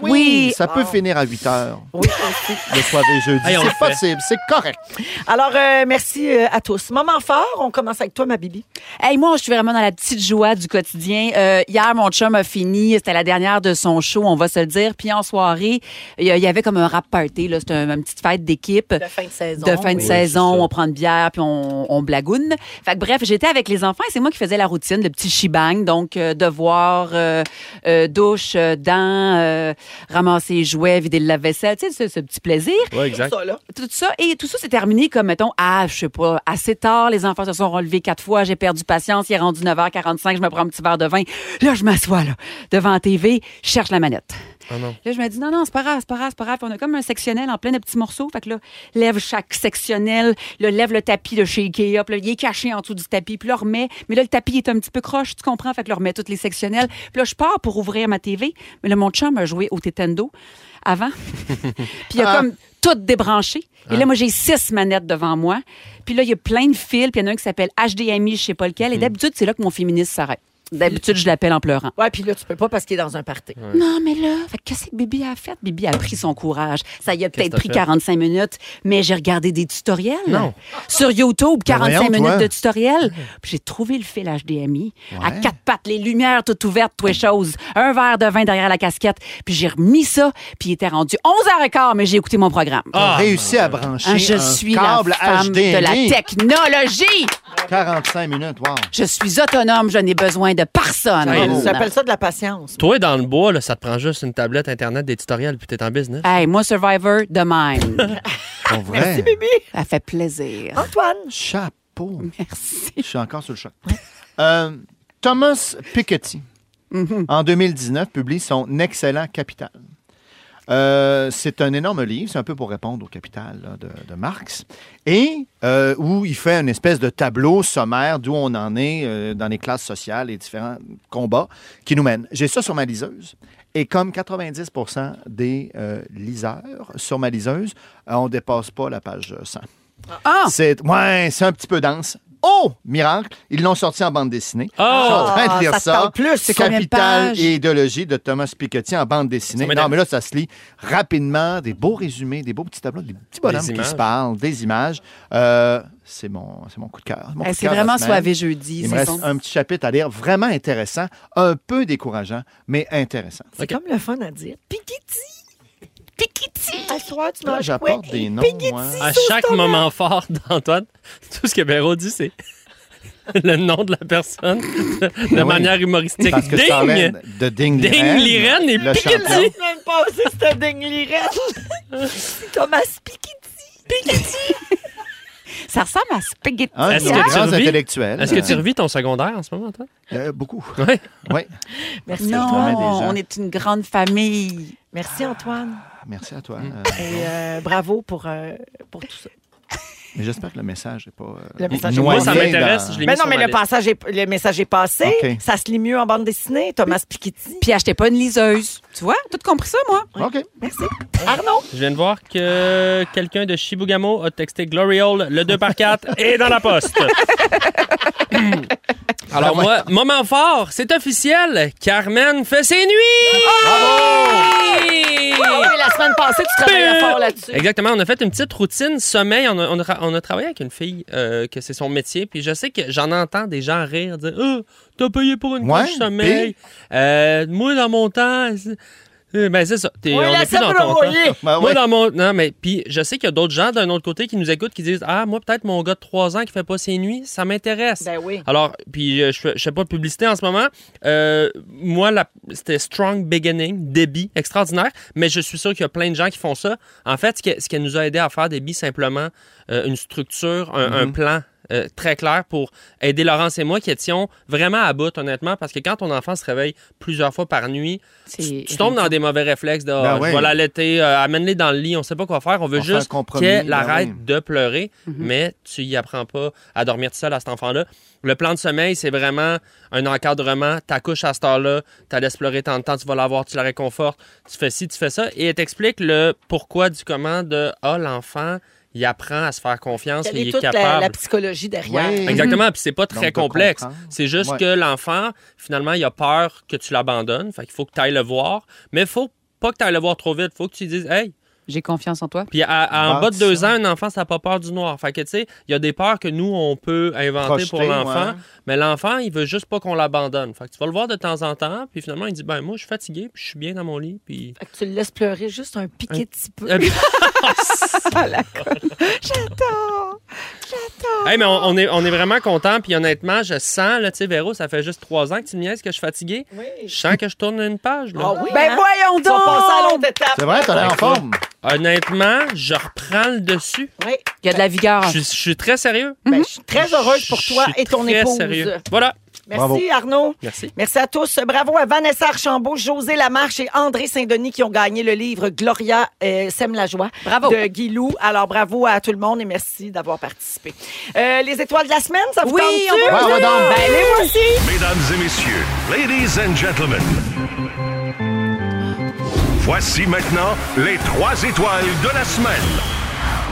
Ça peut Bon. finir à 8 heures. Le soir et jeudi. Hey, on le C'est fait. possible. C'est correct. Alors, euh, merci euh, à tous. Moment fort, on commence avec toi, ma Bibi. Hey, moi, je suis vraiment dans la petite joie du quotidien. Euh, hier, mon chum a fini. C'était la dernière de son show, on va se le dire. Puis en soirée, il y a- il y avait comme un rap party. là. C'était un- une petite fête d'équipe. De fin de saison. De fin de oui. saison, on prend une bière, puis on, on blagoune. Fait que bref, j'étais avec les enfants et c'est moi qui faisais la routine, le petit shibang. Donc, euh, devoir, euh, euh, douche, euh, dents, euh, ramasser les jouets, vider le lave-vaisselle. Tu sais, ce, ce petit plaisir. Ouais, exact. Ça, là. Tout ça. Et tout ça s'est terminé comme, mettons, ah, je sais pas, assez tard. Les enfants se sont relevés quatre fois. J'ai perdu patience. Il est rendu 9h45. Je me prends un petit verre de vin. Là, je m'assois, là, devant la TV. Je cherche la manette. Là, je me dis, non, non, c'est pas grave, c'est pas grave, c'est pas grave. Puis on a comme un sectionnel en plein de petits morceaux. Fait que là, lève chaque sectionnel, là, lève le tapis de chez Ikea, puis là, il est caché en dessous du tapis, puis là, remet. Mais là, le tapis est un petit peu croche, tu comprends? Fait que là, remet tous les sectionnels. Puis là, je pars pour ouvrir ma TV, mais là, mon chum a joué au Nintendo avant. <laughs> Puis il a Ah. comme tout débranché. Et là, moi, j'ai six manettes devant moi. Puis là, il y a plein de fils. Puis il y en a un qui s'appelle HDMI, je sais pas lequel. Et d'habitude, c'est là que mon féministe s'arrête. D'habitude, je l'appelle en pleurant. Ouais, puis là, tu peux pas parce qu'il est dans un party. Non, mais là, fait que qu'est-ce que Bibi a fait? Bibi a pris son courage. Ça y a Qu'est-ce peut-être que pris t'as fait? 45 minutes, mais j'ai regardé des tutoriels. Non. Sur YouTube, Ben 45 voyons, minutes toi. de tutoriels. Puis j'ai trouvé le fil HDMI à quatre pattes, les lumières toutes ouvertes, toutes les choses. Un verre de vin derrière la casquette. Puis j'ai remis ça, puis il était rendu 11h15, mais j'ai écouté mon programme. Ah, réussi ben, à brancher Ah, je un suis câble la femme HDMI. de la technologie. 45 minutes, wow. Je suis autonome, je n'ai besoin de personne. Hey, Ça appelle ça de la patience. Toi, dans le bois, là, ça te prend juste une tablette Internet, des tutoriels, puis t'es en business. Hey, moi, Survivor, <laughs> de même. Pour vrai. Merci, Bibi. Ça fait plaisir. Antoine. <laughs> Chapeau. Merci. Je suis encore sur le choc. Euh, Thomas Piketty, Mm-hmm. en 2019, publie son excellent Capital. Euh, c'est un énorme livre, c'est un peu pour répondre au Capital là, de, de Marx, et euh, où il fait une espèce de tableau sommaire d'où on en est euh, dans les classes sociales et différents combats qui nous mènent. J'ai ça sur ma liseuse, et comme 90 des euh, liseurs sur ma liseuse, euh, on ne dépasse pas la page 100. Ah! C'est ouais, c'est un petit peu dense. Oh, miracle, ils l'ont sorti en bande dessinée. Je suis en train de lire Ah, ça te parle plus. C'est combien de Capital pages? et idéologie de Thomas Piketty en bande dessinée. Ça m'énerve. Non, mais là ça se lit rapidement, des beaux résumés, des beaux petits tableaux, des petits bonhommes Des qui images. se parlent, des images. Euh, c'est mon c'est mon coup de cœur. mon Eh, coup de c'est cœur de la vraiment semaine. soivé jeudi, Il me c'est reste son- un petit chapitre à lire, vraiment intéressant, un peu décourageant, mais intéressant. C'est comme le fun à dire. Pikiti! Pikiti! À soir, tu Là, manges j'apporte quoi? des noms. Pikiti moi. À sauce chaque tomate. moment fort d'Antoine, tout ce que Béraud dit, c'est <laughs> le nom de la personne de Ben oui. manière humoristique. Parce que je parlais ding! de Ding Ding Liren. Liren et le Piketty. champion. Je même pas si c'était dingue <laughs> Thomas Pikiti! Pikiti! Ça ressemble à spaghetti. Hein, Est-ce nos que tu grands revis- intellectuels. Est-ce que tu Euh, revis ton secondaire en ce moment, toi? Euh, beaucoup. Oui. <laughs> Oui. Merci. Non, Je te remets des gens. on est une grande famille. Mm. Merci, Antoine. Ah, Merci à toi. euh, Et euh, bravo pour, euh, pour tout ça. mais j'espère que le message n'est pas. euh, Le message est noyé Moi, ça Ah, m'intéresse, dans- je Mais l'ai Ben non, sur mais ma le, liste. passage est- le message est passé. OK. Ça se lit mieux en bande dessinée, Thomas Pikiti. Mm. Puis achetez pas une liseuse. Tu vois, tout compris ça, moi. OK. Merci. Arnaud. Je viens de voir que quelqu'un de Shibugamo a texté Gloriole, le 2 par 4 et dans la poste. Alors moi, moment fort, c'est officiel. Carmen fait ses nuits! Ah Oui, mais la semaine passée, tu travaillais fort là-dessus. Exactement, on a fait une petite routine sommeil. On a, on a- on a travaillé avec une fille euh, que c'est son métier. Puis je sais que j'en entends des gens rire, dire Ah, T'as payé pour une Ouais, couche sommeil. Euh, moi, dans mon temps. c'est- euh, Ben, c'est ça. T'es- Oui, on la est plus dans sable ton temps. rouillée. Ben Moi, ouais. dans mon. Non, mais puis je sais qu'il y a d'autres gens d'un autre côté qui nous écoutent qui disent Ah, moi, peut-être mon gars de 3 ans qui fait pas ses nuits, ça m'intéresse. Ben oui. Alors, puis euh, je fais- je fais pas de publicité en ce moment. Euh, moi, la- c'était Strong Beginning, débit, extraordinaire. Mais je suis sûr qu'il y a plein de gens qui font Mm-hmm. ça. En fait, ce que- ce qu'elle nous a aidé à faire, débit, simplement euh, une structure, un, un plan euh, très clair pour aider Laurence et moi qui étions vraiment à bout, honnêtement, parce que quand ton enfant se réveille plusieurs fois par nuit, tu, tu tombes dans des mauvais réflexes de Ben Ah, oui. je vais l'allaiter, euh, amène-les dans le lit, on sait pas quoi faire, on veut On fait un juste compromis, qu'elle ben arrête oui. de pleurer, Mhm. mais tu y apprends pas à dormir tout seul à cet enfant-là. Le plan de sommeil, c'est vraiment un encadrement. T'accouches à cette heure-là, t'as laisses pleurer tant de temps, tu vas l'avoir, tu la réconfortes, tu fais ci, tu fais ça. Et elle t'explique le pourquoi du comment de Ah, l'enfant, il apprend à se faire confiance, Quelle il est est toute la- capable. la psychologie derrière. Mm-hmm. Ouais. Exactement, puis c'est pas Donc, très de complexe. comprendre. C'est juste Ouais. que l'enfant, finalement, il a peur que tu l'abandonnes. Fait qu'il faut que tu ailles le voir. Mais il faut pas que tu ailles le voir trop vite. faut que tu lui dises Hey, J'ai confiance en toi. puis à- à- Bah, en Bâti bas de deux ans, un enfant, ça n'a pas peur du noir. Fait que, tu sais, il y a des peurs que nous, on peut inventer Projeter, pour l'enfant, ouais. mais l'enfant, il veut juste pas qu'on l'abandonne. Fait que tu vas le voir de temps en temps, puis finalement, il dit, ben moi, je suis fatigué, puis je suis bien dans mon lit, puis... Fait que tu le laisses pleurer juste un piquet petit peu. <laughs> Un- Oh, Ah, la colle. J'adore. Hey, mais on, on est, on est vraiment content. Puis honnêtement, je sens, là, tu sais, Véro, ça fait juste trois ans que tu me niaises que je suis fatigué. Je sens que je tourne une page. Ah Là. Ah hein? Ben voyons Tu vas donc! passer à l'autre étape. Fait que, Honnêtement, je reprends le dessus. Oui. Il y a de la vigueur. Je, suis- je suis très sérieux. Ben, je suis très heureuse pour toi Je suis et ton très épouse. sérieux. Voilà. Merci Arnaud. Merci. Merci à tous. Bravo à Vanessa Archambault, José Lamarche et André Saint-Denis qui ont gagné le livre Gloria euh, sème la joie de Guy Lou. Alors bravo à tout le monde et merci d'avoir participé. Euh, les étoiles de la semaine, ça vous Oui, tente-tu? Ah, on va- Ouais, on va donc. Ben, les voici. Mesdames et messieurs, ladies and gentlemen, voici maintenant les trois étoiles de la semaine.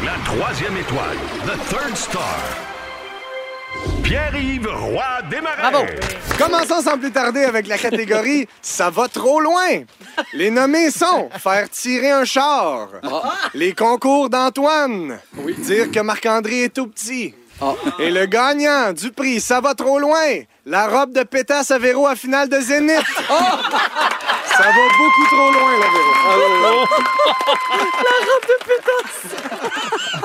La troisième étoile, the third star, Pierre-Yves Roy Desmarais. Bravo. Commençons sans plus tarder avec la catégorie Ça va trop loin. Les nommés sont Faire tirer un char. Les concours d'Antoine. Dire que Marc-André est tout petit. Et le gagnant du prix Ça va trop loin. La robe de pétasse à Véro à finale de Zénith. Ça va beaucoup trop loin, la Véro.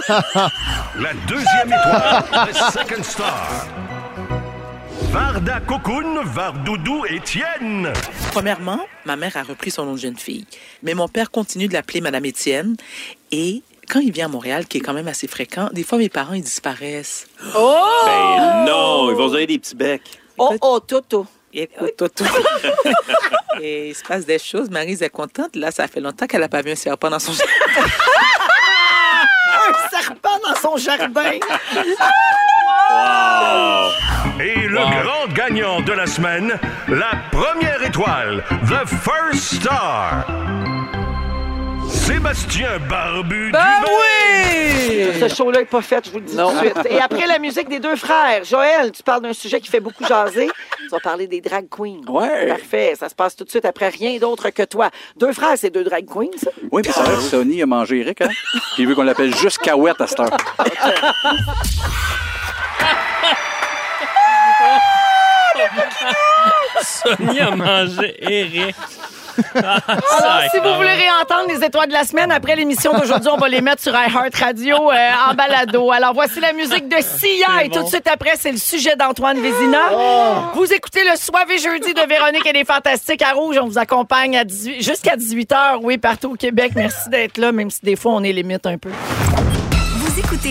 <laughs> La deuxième étoile, the second star, Varda Cocoun, Vardoudou Étienne. Premièrement, ma mère a repris son nom de jeune fille, mais mon père continue de l'appeler Madame Étienne. Et quand il vient à Montréal, qui est quand même assez fréquent, des fois mes parents ils disparaissent. Oh! Ben non, ils vont se donner des petits becs. Oh, oh, Toto. Écoute, <laughs> Toto. Et il se passe des choses. Marise est contente. Là, ça fait longtemps qu'elle n'a pas vu un serpent dans son Un serpent dans son jardin. Et le grand gagnant de la semaine, la première étoile, The First Star. Sébastien Barbu Ben Dubé. <laughs> Ce show-là n'est pas fait, je vous le dis tout de suite. Et après la musique des deux frères, Joël, tu parles d'un sujet qui fait beaucoup jaser. Tu vas parler des drag queens. Ouais. Parfait, ça se passe tout de suite après rien d'autre que toi. Deux frères, c'est deux drag queens, ça? Oui, puis ça reste Sony a mangé Eric, hein? Puis il veut qu'on l'appelle juste Cahouette à cette heure. <laughs> Sony a mangé Eric. Alors, si vous voulez réentendre les étoiles de la semaine après l'émission d'aujourd'hui, on va les mettre sur iHeart Radio euh, en balado. Alors, voici la musique de Sia C'est et bon. tout de suite après, c'est le sujet d'Antoine Vézina. Vous écoutez le soir et jeudi de Véronique et les Fantastiques à Rouge. On vous accompagne à 18 jusqu'à 18h, oui, partout au Québec. Merci d'être là, même si des fois, on est limite un peu. Vous écoutez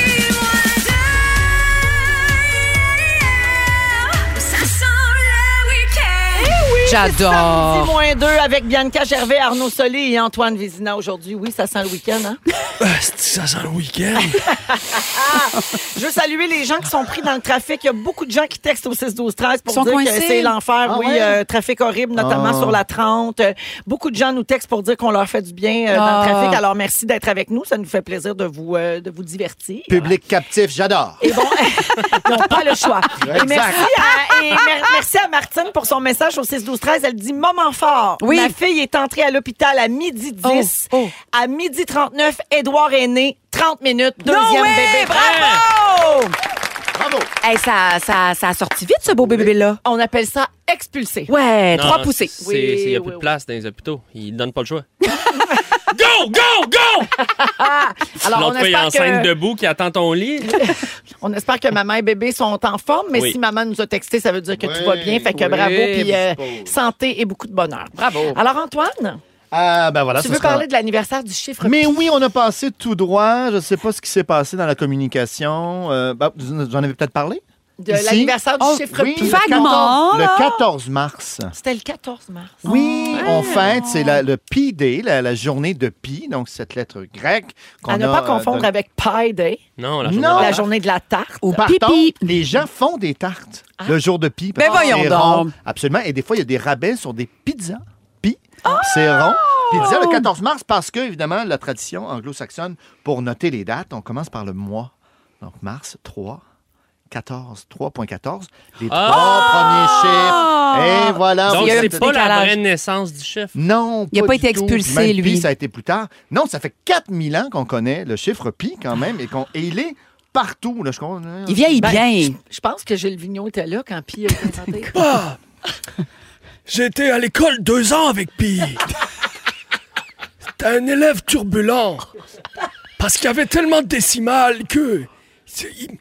Ah. Ça sent le week-end. Eh oui, c'est J'adore. samedi moins deux avec Bianca Gervais, Arnaud Solé et Antoine Vézina aujourd'hui. Oui, ça sent le week-end, <laughs> hein? Ah, Ça sent le week-end. Je veux saluer les gens qui sont pris dans le trafic. Il y a <laughs> beaucoup de gens qui textent au 6 12 13 pour Ils sont dire que coincés. c'est l'enfer. Ah oui, ouais? euh, trafic horrible, notamment Ah. sur la 30. Euh, Beaucoup de gens nous textent pour dire qu'on leur fait du bien euh, dans Ah. le trafic. Alors merci d'être avec nous. Ça nous fait plaisir de vous euh, de vous divertir. Public captif, j'adore. Ils n'ont pas le <laughs> choix. Et Exact. merci, à, et mer- merci à Martine pour son message au 6 12 13 Elle dit Moment fort. Oui. Oh, Ma fille est entrée à l'hôpital à midi 10. À midi 39, Édouard est né. 30 minutes, No deuxième way! bébé. Bravo! Bravo! Hey, ça, ça, ça a sorti vite, ce beau bébé-là. On appelle ça expulsé. Non, Ouais, Eh, trois poussées. c'est- c'est- Il n'y a plus de place dans les hôpitaux. Ils ne donnent pas le choix. Go! Go, go, go! <laughs> Alors, on L'autre fois, il est espère en scène que- debout qui attend ton lit. On espère que maman et bébé sont en forme, mais Oui. si maman nous a texté, ça veut dire que tout va bien. Fait que Oui, bravo, puis euh, beau. santé et beaucoup de bonheur. Bravo. Alors, Antoine, Ah, ben voilà, tu ça veux sera- parler de l'anniversaire du chiffre Mais oui, on a passé tout droit. Je ne sais pas ce qui s'est passé dans la communication. Euh, ben, vous vous en avez peut-être parlé? de Ici? l'anniversaire du Oh, chiffre oui, pi. le 14, le 14 mars. Oh C'était le 14 mars. Oui, on fête, c'est la- le Pi Day, la, la journée de Pi, donc cette lettre grecque. qu'on À ne a, pas euh, confondre donnée. avec Pie Day. Non, la journée Non. de la la tarte. journée de la tarte. Ou par contre, les gens font des tartes Ah. le jour de Pi. parce Ben que voyons c'est rond. donc. Absolument. Et des fois, il y a des rabais sur des pizzas. Pi, Ah! c'est rond. Pizza le 14 mars parce que, évidemment, la tradition anglo-saxonne, pour noter les dates, on commence par le mois. Donc, mars 3. 14, 3.14, les trois premiers chiffres. Et voilà. Ah! Donc, vous avez c'est le pas la Ah. décalage. vraie naissance du chef. Non, Il a pas du été tout. expulsé, Même Pi, lui. ça a été plus tard. Non, ça fait 4000 ans qu'on connaît le chiffre pi quand même et, qu'on, et il est partout. Là, je comprends- Ben, Je je pense que Gilles Vigneault était là quand Pi a été inventé. <laughs> Ah! J'ai été à l'école deux ans avec Pi. T'as un élève turbulent. Parce qu'il y avait tellement de décimales que. c'est- il-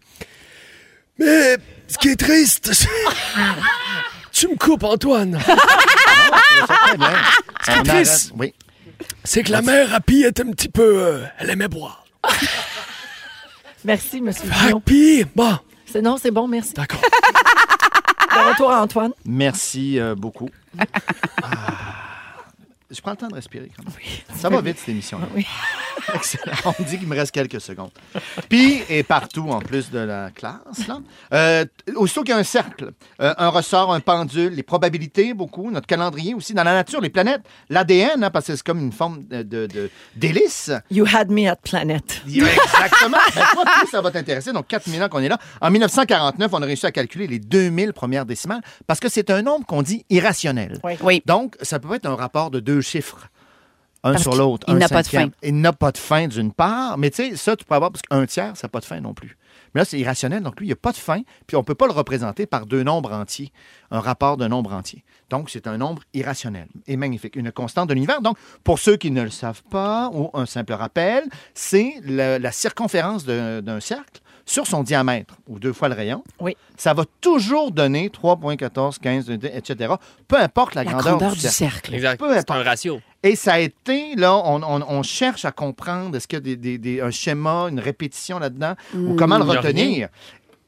Mais ce qui est triste, c'est. <laughs> Tu me coupes, Antoine. Ah, Ce qui est hein. On triste, arrête- oui. c'est que la mère à Pi était un petit peu. euh, elle aimait boire. Merci, monsieur Vigneault. Happy, bon. C'est- Non, c'est bon, merci. <laughs> D'accord. De retour à Antoine. Merci euh, beaucoup. Ah, je prends le temps de respirer quand même. Ça va vite, cette émission-là. <laughs> Excellent. On dit qu'il me reste quelques secondes. Pi est partout, en plus de la classe. Là. Euh, t- aussitôt qu'il y a un cercle, euh, un ressort, un pendule, les probabilités, beaucoup, notre calendrier aussi, dans la nature, les planètes, l'ADN, hein, parce que c'est comme une forme de- de- de- d'hélice. You had me at Planet. <laughs> Yeah, Exactement. Ben, toi, plus ça va t'intéresser. Donc, 4000 ans qu'on est là. En 1949, on a réussi à calculer les 2000 premières décimales parce que c'est un nombre qu'on dit irrationnel. Donc, ça peut être un rapport de deux chiffres. Un Parce sur qu'il- l'autre. il un n'a pas de cinquième. fin. Il n'a pas de fin d'une part. Mais tu sais, ça, tu peux avoir parce qu'un tiers, ça n'a pas de fin non plus. Mais là, c'est irrationnel. Donc, lui, il n'a pas de fin. Puis, on ne peut pas le représenter par deux nombres entiers. Un rapport d'un nombre entier. Donc, c'est un nombre irrationnel et magnifique. Une constante de l'univers. Donc, pour ceux qui ne le savent pas, ou un simple rappel, c'est la, la circonférence d'un d'un cercle sur son diamètre, ou deux fois le rayon. Oui. Ça va toujours donner 3,14, 15, etc. Peu importe la, La grandeur, grandeur du du cercle. cercle. Exact. Peu importe. C'est un ratio. Et ça a été, là, on, on- on cherche à comprendre, est-ce qu'il y a des- des- des- un schéma, une répétition là-dedans, ou Mm. comment le Il y a retenir?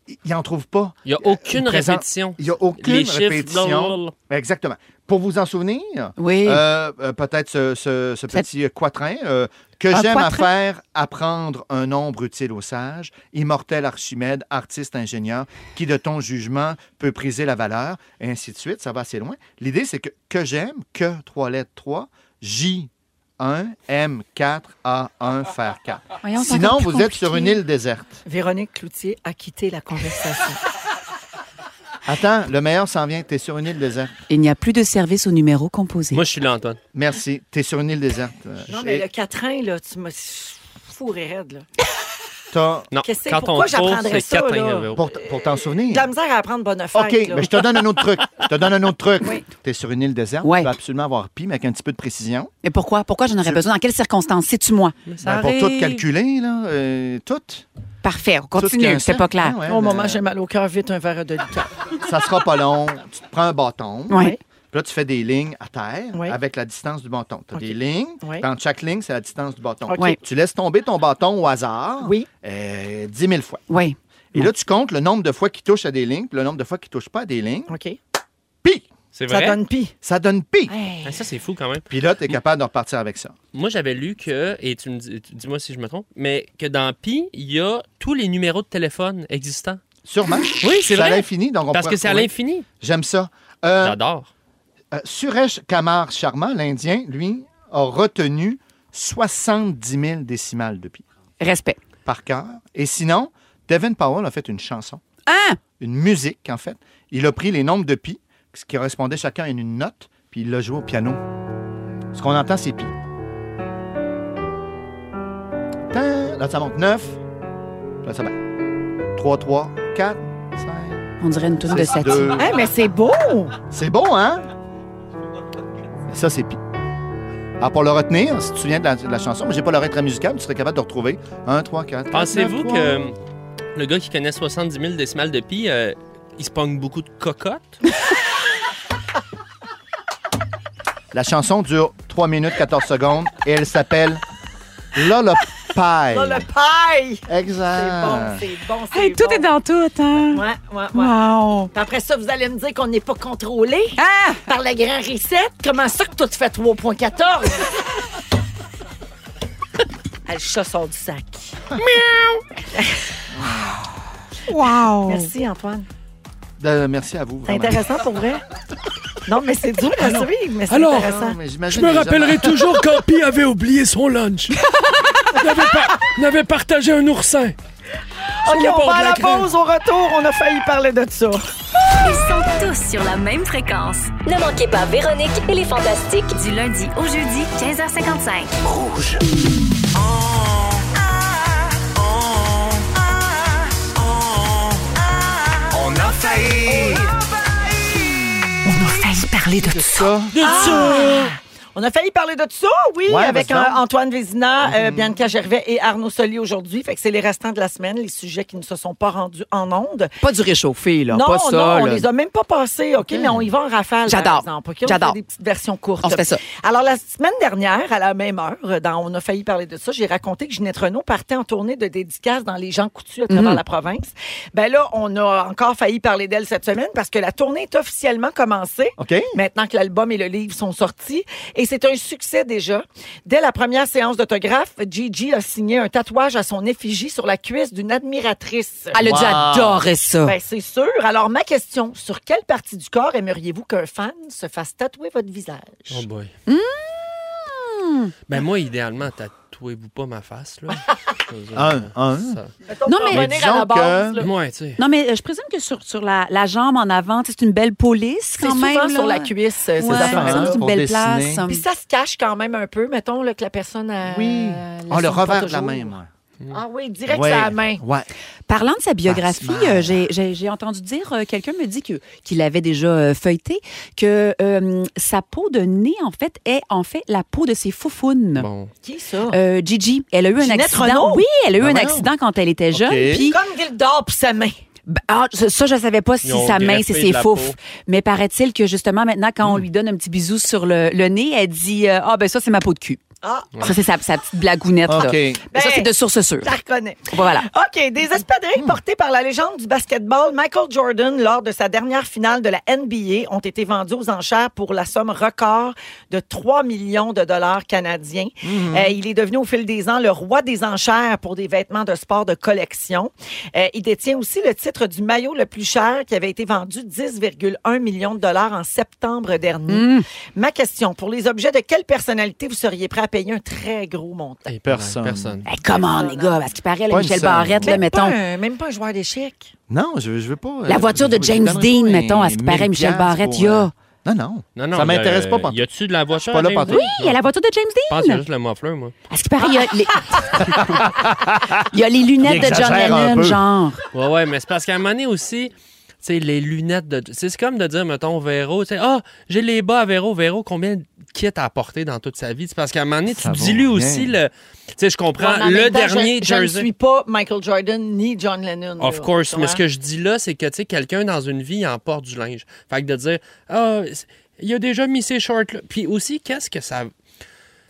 Il n'en trouve pas. Il n'y a aucune Il présente- répétition. Il n'y a aucune Les chiffres, répétition. blablabla. Exactement. Pour vous en souvenir, Oui. euh, euh, peut-être ce, ce- ce petit quatrain euh, que Un j'aime à quatrain? faire apprendre un nombre utile aux sages, immortel Archimède, artiste ingénieur, qui de ton jugement peut priser la valeur, et ainsi de suite. Ça va assez loin. L'idée, c'est que que j'aime, que trois lettres, trois, J. 1, M4, A1, faire 4. Voyons, c'est Sinon, encore plus vous êtes sur une compliqué. île déserte. Véronique Cloutier a quitté la <laughs> conversation. Attends, le meilleur s'en vient. T'es sur une île déserte. Il n'y a plus de service au numéro composé. Moi, je suis là, Antoine. Merci. T'es sur une île déserte. Euh, non, j'ai- mais le quatrain, là, tu m'as fourré raide, là. t'as- Non, Qu'est-ce que c'est? quand on Pourquoi trouve, j'apprendrais c'est ça, quatre là? ingrédients. Pour, t- pour t'en souvenir. De la misère à apprendre bonne affaire. OK, mais je te donne un autre truc. Je te donne un autre truc. T'es sur une île déserte. Ouais. Tu vas absolument avoir pi, mais avec un petit peu de précision. Et pourquoi? Pourquoi j'en aurais Tu- besoin? Dans quelles circonstances? Sais-tu moi? Ben, pour tout calculer, là, euh, tout. Parfait, on Tout ce qui est un continue. C'était cercle. pas clair. Ah ouais, Au ben, moment, j'ai <laughs> mal au cœur, vite un verre de liqueur. ça sera pas long. Tu te prends un bâton. Ouais. Puis là, tu fais des lignes à terre avec la distance du bâton. Tu as des lignes. Ouais. Dans chaque ligne, c'est la distance du bâton. OK. Ouais. Tu laisses tomber ton bâton au hasard. Oui. euh, 10 000 fois. Oui. Et là, tu comptes le nombre de fois qu'il touche à des lignes, puis le nombre de fois qu'il touche pas à des lignes. OK. Pi! C'est vrai? Ça donne pi. Ça donne pi. Ah, ça, c'est fou quand même. Puis là, tu es capable de repartir avec ça. Moi, j'avais lu que, et tu me dis, tu- dis-moi si je me trompe, mais que dans Pi, il y a tous les numéros de téléphone existants. Sûrement. Oui, c'est vrai. à l'infini. donc on Parce pourrait que c'est à retrouver. l'infini. J'aime ça. Euh, J'adore. Suresh Kamar Sharma, l'Indien, lui, a retenu 70 000 décimales de pi. Respect. Par cœur. Et sinon, Devin Powell a fait une chanson. Ah! Une musique, en fait. Il a pris les nombres de pi, ce qui correspondait chacun à une note, puis il l'a joué au piano. Ce qu'on entend, c'est pi. Tan, Là, ça monte 9. Là, Ben, ça va. 3, 3, 4, 5. On dirait une toune de six, Satie. deux. Eh, mais c'est beau! C'est bon, hein? Ça, c'est pi. Alors, pour le retenir, si tu te souviens de la, de la chanson, mais j'ai pas la lettre musicale, tu serais capable de retrouver 1, 3, 4. Pensez-vous que le gars qui connaît 70 000 décimales de pi, euh, il se pogne beaucoup de cocottes? La chanson dure 3 minutes 14 secondes et elle s'appelle Lullaby. Dans Oh, le paille! Exact. C'est bon, c'est bon, c'est Hey, tout bon. est dans tout, hein? Ouais, ouais. Wow. Puis Après ça, vous allez me dire qu'on n'est pas contrôlé ah! par la grand reset. Comment ça que toi, tu fais 3.14? Elle Ah, chat sort du sac. Wow. Merci, Antoine. Euh, merci à vous. C'est vraiment. intéressant pour vrai. Non, mais c'est dur à Alors- suivre, Ah, mais c'est Alors, intéressant. je me rappellerai toujours quand Pi avait oublié son lunch. On avait, par- on avait partagé un oursin. sur OK, le on bord va à de la crème. pause. Au retour, on a failli parler de ça. Ils sont tous sur la même fréquence. Ne manquez pas Véronique et les Fantastiques du lundi au jeudi 15h55. Rouge. On a failli. On a failli parler de ça. De ça. Ah! On a failli parler de ça, oui, Ouais, avec me semble. euh, Antoine Vézina, euh, Bianca Gervais et Arnaud Soli aujourd'hui. Fait que c'est les restants de la semaine, les sujets qui ne se sont pas rendus en ondes. Pas du réchauffé, là. non, pas ça, non, on là. les a même pas passés, OK, mais on y va en rafale. J'adore. par exemple, OK? On J'adore. fait des petites versions courtes. On se fait ça. Alors, la semaine dernière, à la même heure, euh, dans On a failli parler de ça, j'ai raconté que Ginette Renault partait en tournée de dédicaces dans les gens coutus à travers Mhm. la province. Ben là, on a encore failli parler d'elle cette semaine parce que la tournée est officiellement commencée. OK. Maintenant que l'album et le livre sont sortis. Et c'est un succès déjà. Dès la première séance d'autographe, Gigi a signé un tatouage à son effigie sur la cuisse d'une admiratrice. Ah, Elle a dû Wow. adorer ça. Ben, c'est sûr. Alors, ma question, sur quelle partie du corps aimeriez-vous qu'un fan se fasse tatouer votre visage? Oh boy. Mmh. Ben moi, idéalement, tatouez-vous pas ma face, là. <laughs> Un, un. Non, mais- Mais revenir à la base, là. Moi, tu sais. Non, mais euh, je présume que sur, sur la, la jambe en avant, tu sais, c'est une belle police C'est quand même. souvent là. sur la cuisse, euh, ces Ouais, affaires-là, ça me semble que C'est une pour belle dessiner. place. Puis ça se cache quand même un peu, mettons, là, que la personne a. Oui. Ah, le revers de la main, moi. Ah oui, direct Ouais. à la main. Ouais. Parlant de sa biographie, euh, j'ai- j'ai j'ai entendu dire, euh, quelqu'un me dit que- qu'il avait déjà euh, feuilleté, que euh, sa peau de nez, en fait, est en fait la peau de ses foufounes. Qui ça? Euh, Gigi, elle a eu un Ah. Ginette accident. Renault? Oui, elle a eu Ben un voyons. accident quand elle était jeune. Ok. Puis Comme Gildor pour sa main. Ben, ah, ça, ça, je savais pas si Ils ont sa main, greffé c'est de ses la fouf. peau. Hmm. Mais paraît-il que justement, maintenant, quand on lui donne un petit bisou sur le, le nez, elle dit euh, Ah, ben ça, c'est ma peau de cul. Ah. Ça, c'est sa, sa petite blagounette. là. OK. Mais ça, Ben, c'est de source sûre. Ça reconnaît. Voilà. Mm. OK, des espadrilles portées par la légende du basketball Michael Jordan lors de sa dernière finale de la NBA ont été vendues aux enchères pour la somme record de 3 millions de dollars canadiens. Mm-hmm. Euh, il est devenu au fil des ans le roi des enchères pour des vêtements de sport de collection. Euh, il détient aussi le titre du maillot le plus cher qui avait été vendu 10,1 millions de dollars en septembre dernier. Mm. Ma question, pour les objets de quelle personnalité vous seriez prêt à payer un très gros montant? Personne. Hey, comment, les gars? Parce qu'il paraît, là, Pas une Michel seule. Barrette, là, Même mettons. Pas un- même pas un joueur d'échecs. Non, je, je veux pas. euh, La voiture de je- je James donnerais Dean, pas un mettons, à ce qui paraît, 1000 Michel piastres Barrette, pour, il y a. euh, Non, non. Non, non. Ça y a- m'intéresse pas, pantoute. Y a-tu de la voiture? suis pas là, à pantoute. James Oui, Dean? il y a la voiture de Je pense James que c'est Dean. juste le muffler, moi. À ce qui paraît, il y Ah, a les, il y a les lunettes de John Exagère un Lennon, peu. genre. Ouais, ouais, mais c'est parce qu'à un moment donné aussi, tu sais, les lunettes de. tu sais, C'est comme de dire, mettons, Véro, tu sais, ah, j'ai les bas à Véro, Véro, combien de kits à porter dans toute sa vie? C'est parce qu'à un moment donné, tu Ça vaut dilues rien. aussi le. Tu sais, je comprends, En même le temps, dernier je, jersey. Je ne suis pas Michael Jordan ni John Lennon. Of là, course, tu mais vois. ce que je dis là, c'est que, tu sais, quelqu'un dans une vie, il en porte du linge. Fait que de dire, ah, c'est- il a déjà mis ses shorts là. Puis aussi, qu'est-ce que ça.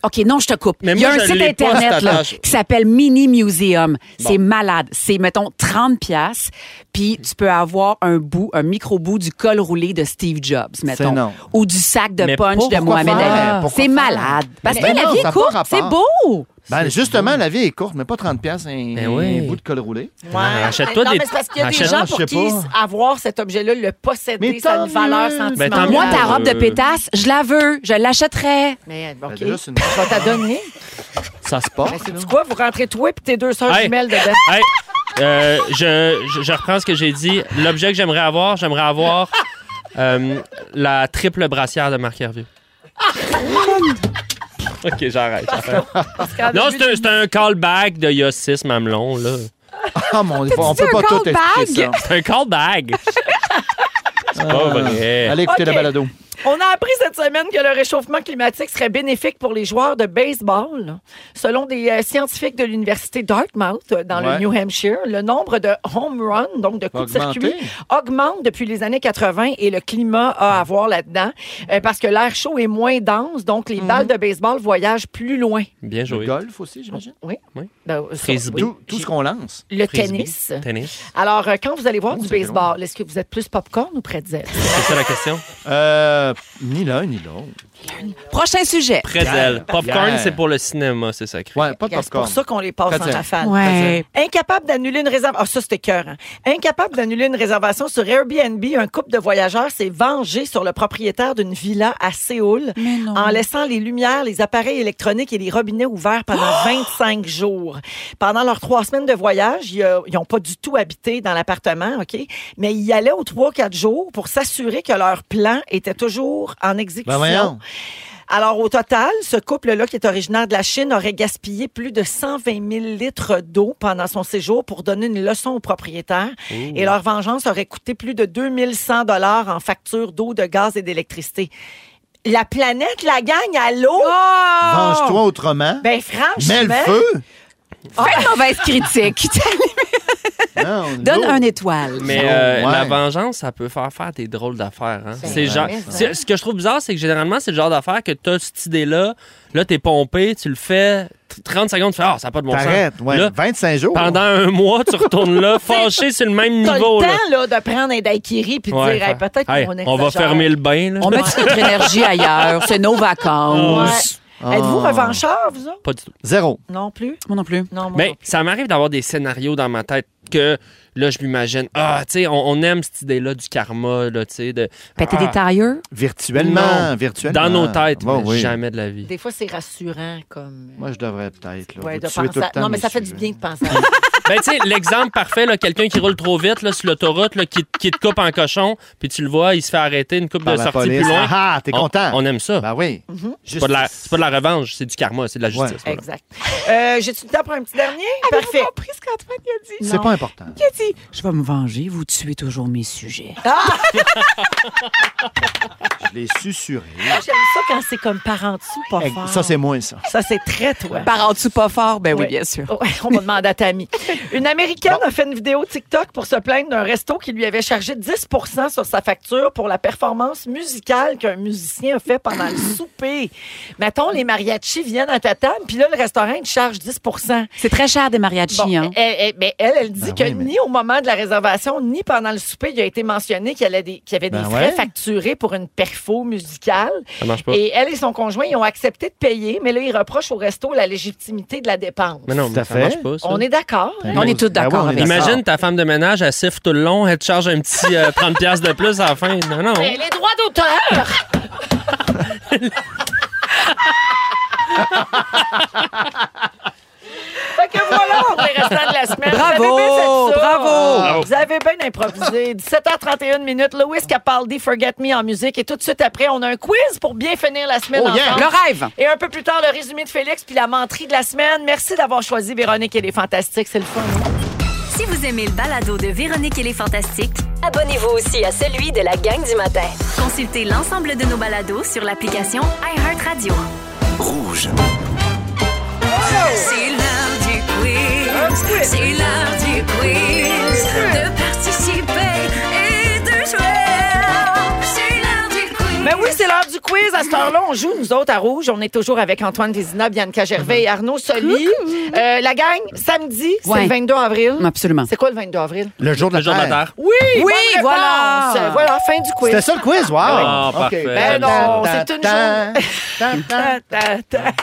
OK, non, je te coupe. Mais Il y a moi, un je site l'ai pas, Internet cette là, attache. qui s'appelle Mini Museum. C'est Bon. malade. C'est, mettons, 30 pièces puis tu peux avoir un bout, un micro-bout du col roulé de Steve Jobs, mettons. non. Ou du sac de Mais punch de pourquoi Mohamed faire? Ah, Ali. Pourquoi C'est faire? malade. Parce que Mais la non, ça vie est a pas courte, rapport. c'est beau. Ben, justement, la vie est courte, mais pas 30 piastres, un, Ben oui. un bout de col roulé. Ouais. Achète-toi non, des- mais c'est parce qu'il y a des achète- gens Non, pour je sais qui pas. avoir cet objet-là, le posséder, ça a une valeur sentimentale. Ben, tant Moi, mieux. ta robe de Euh. pétasse, je la veux. Je l'achèterais. Mais Ben, OK. déjà, c'est une- Je vais t'adonner. Ça se passe. Mais c'est Ben, quoi? Vous rentrez toi et tes deux sœurs Hey. jumelles dedans. Hey, euh, je, je, je reprends ce que j'ai dit. L'objet que j'aimerais avoir, j'aimerais avoir euh, la triple brassière de Marc Hervieux. OK, j'arrête. j'arrête. Non, c'est un, c'est un callback de Y'a 6 mamelons, là. Ah, mon Dieu, on dit peut un pas tout callback? expliquer ça. Ah. C'est un callback. C'est pas vrai. Allez écouter OK. la balado. On a appris cette semaine que le réchauffement climatique serait bénéfique pour les joueurs de baseball. Selon des euh, scientifiques de l'université Dartmouth euh, dans Ouais. le New Hampshire, le nombre de home runs, donc de coups de Augmenté. circuit, augmente depuis les années 80 et le climat a à voir là-dedans euh, parce que l'air chaud est moins dense, donc Mhm. les balles de baseball voyagent plus loin. Bien joué. golf aussi, j'imagine. Oui. oui. Ben, ça, Frisbee. oui. Tout ce qu'on lance. Le Frisbee. tennis. Tennis. Oh, Alors, euh, quand vous allez voir du c'est baseball, est-ce que vous êtes plus popcorn ou pretzel? C'est ça la question. Euh, ni l'un ni l'autre. Prochain sujet. Pretzel. Popcorn, Bière. c'est pour le cinéma, c'est sacré. Ouais, pas de C'est pour ça qu'on les passe en Pretzel. rafale. Ouais. Incapable d'annuler une réservation. Ah, ça, c'était cœur. Incapable d'annuler une réservation sur Airbnb, un couple de voyageurs s'est vengé sur le propriétaire d'une villa à Séoul en laissant les lumières, les appareils électroniques et les robinets ouverts pendant 25 jours. Pendant leurs trois semaines de voyage, ils euh, ils n'ont pas du tout habité dans l'appartement, OK? Mais ils y allaient aux trois, quatre jours pour s'assurer que leur plan était toujours en exécution. Ben, voyons. Alors, au total, ce couple-là, qui est originaire de la Chine, aurait gaspillé plus de 120 000 litres d'eau pendant son séjour pour donner une leçon au propriétaire. Ouh. Et leur vengeance aurait coûté plus de 2100 dollars en factures d'eau, de gaz et d'électricité. La planète, la gagne à l'eau. Oh! Venge-toi autrement. Ben, franchement. Mets le feu. Fais une mauvaise critique. <laughs> Donne un étoile. Mais euh, la vengeance, ça peut faire faire des drôles d'affaires. hein. C'est C'est vrai, genre, c'est vrai. c'est- ce que je trouve bizarre, c'est que généralement, c'est le genre d'affaires que t'as cette idée-là, là, t'es pompé, tu le fais, t- 30 secondes, tu fais, ah, ça n'a pas de bon sens. T'arrêtes, ouais, Là, 25 jours. pendant un mois, tu <laughs> retournes là, fâché sur le même T'as le niveau. là. temps là, de prendre un daiquiri puis de Ouais, dire fait- Hey, peut-être Hey, qu'on on va exagère. fermer le bain. là. On met toute notre énergie ailleurs. C'est nos vacances. Ouais. Ah. Êtes-vous revancheur, vous autres? <laughs> Pas du tout. Zéro. Non plus. Moi non plus. Non, moi Mais Ben, ça m'arrive d'avoir des scénarios dans ma tête que là, je m'imagine, ah, tu sais, on, on aime cette idée-là du karma, là, tu sais, de. Ben, Péter ah, des tailleurs. Virtuellement, Non. virtuellement. Dans nos têtes, Bon, mais oui. jamais de la vie. Des fois, c'est rassurant comme. Moi, je devrais peut-être. là. ouais, Vous de tuez tout penser le à- temps Non, mais mes ça fait sujets. du bien de <laughs> penser à Ben, tu sais, l'exemple parfait, là, quelqu'un qui roule trop vite là, sur l'autoroute, là, qui, qui te coupe en cochon, puis tu le vois, il se fait arrêter une coupe Par de la sortie police. plus loin. Ah, t'es On- content. On aime ça. Ben oui. C'est pas, de la- c'est pas de la revanche, c'est du karma, c'est de la justice. voilà. Mhm. Exact. Euh, J'ai-tu le temps pour un petit dernier? Parfait. J'ai compris ce qu'Antoine a dit. C'est pas important. Il a dit Je vais me venger, vous tuez toujours mes sujets. Ah! Je l'ai susurré. Ah, J'aime ça quand c'est comme par en dessous, pas fort. Ça, c'est moins ça. Ça, c'est très toi. Par en dessous, pas fort, ben oui, Ouais. bien sûr. Ouais, on va demander à Tammy. Une Américaine a fait une vidéo TikTok pour se plaindre d'un resto qui lui avait chargé 10 sur sa facture pour la performance musicale qu'un musicien a fait pendant <clears throat> le souper. Mettons, les mariachis viennent à ta table, puis là, le restaurant, il te charge 10 C'est très cher des mariachis, Bon, hein? elle, elle- mais elle, elle Ben dit que oui, mais- ni au moment de la réservation, ni pendant le souper, il a été mentionné qu'il y avait des, qu'il y avait des Ben frais ouais. facturés pour une perfo musicale. Ça marche pas. Et elle et son conjoint, ils ont accepté de payer, mais là, ils reprochent au resto la légitimité de la dépense. Mais non, mais ça marche pas. ça. On est d'accord. hein? Imagine ta femme de ménage, elle siffle tout le long, elle te charge un petit euh, 30$ piastres de plus à la fin. Non, non. Mais les droits d'auteur! fait que voilà pour les restants de la semaine. Bravo, Vous avez bien fait ça. bravo. Vous avez bien improvisé. 17h31 minutes, Louis Capaldi, Forget Me en musique. Et tout de suite après, on a un quiz pour bien finir la semaine Oh yeah. ensemble. Le rêve. Et un peu plus tard, le résumé de Félix puis la menterie de la semaine. Merci d'avoir choisi Véronique et les Fantastiques. C'est le fun. hein? Si vous aimez le balado de Véronique et les Fantastiques, abonnez-vous aussi à celui de la gang du matin. Consultez l'ensemble de nos balados sur l'application iHeartRadio. Rouge. C'est l'heure du quiz. C'est l'heure du quiz. De participer et de jouer. C'est l'heure du quiz. Ben oui, c'est l'heure du quiz. À cette heure-là, on joue, nous autres, à Rouge. On est toujours avec Antoine Vézina, Bianca Gervais et Arnaud Soli. Euh, la gang, samedi, c'est Ouais. le 22 avril. Absolument. C'est quoi le 22 avril? eh. Le jour de la terre. Oui, Oui, bonne voilà. réponse. Voilà, fin du quiz. C'était ça le quiz? Wow. Ah, OK. parfait. Ben non, c'est une journée...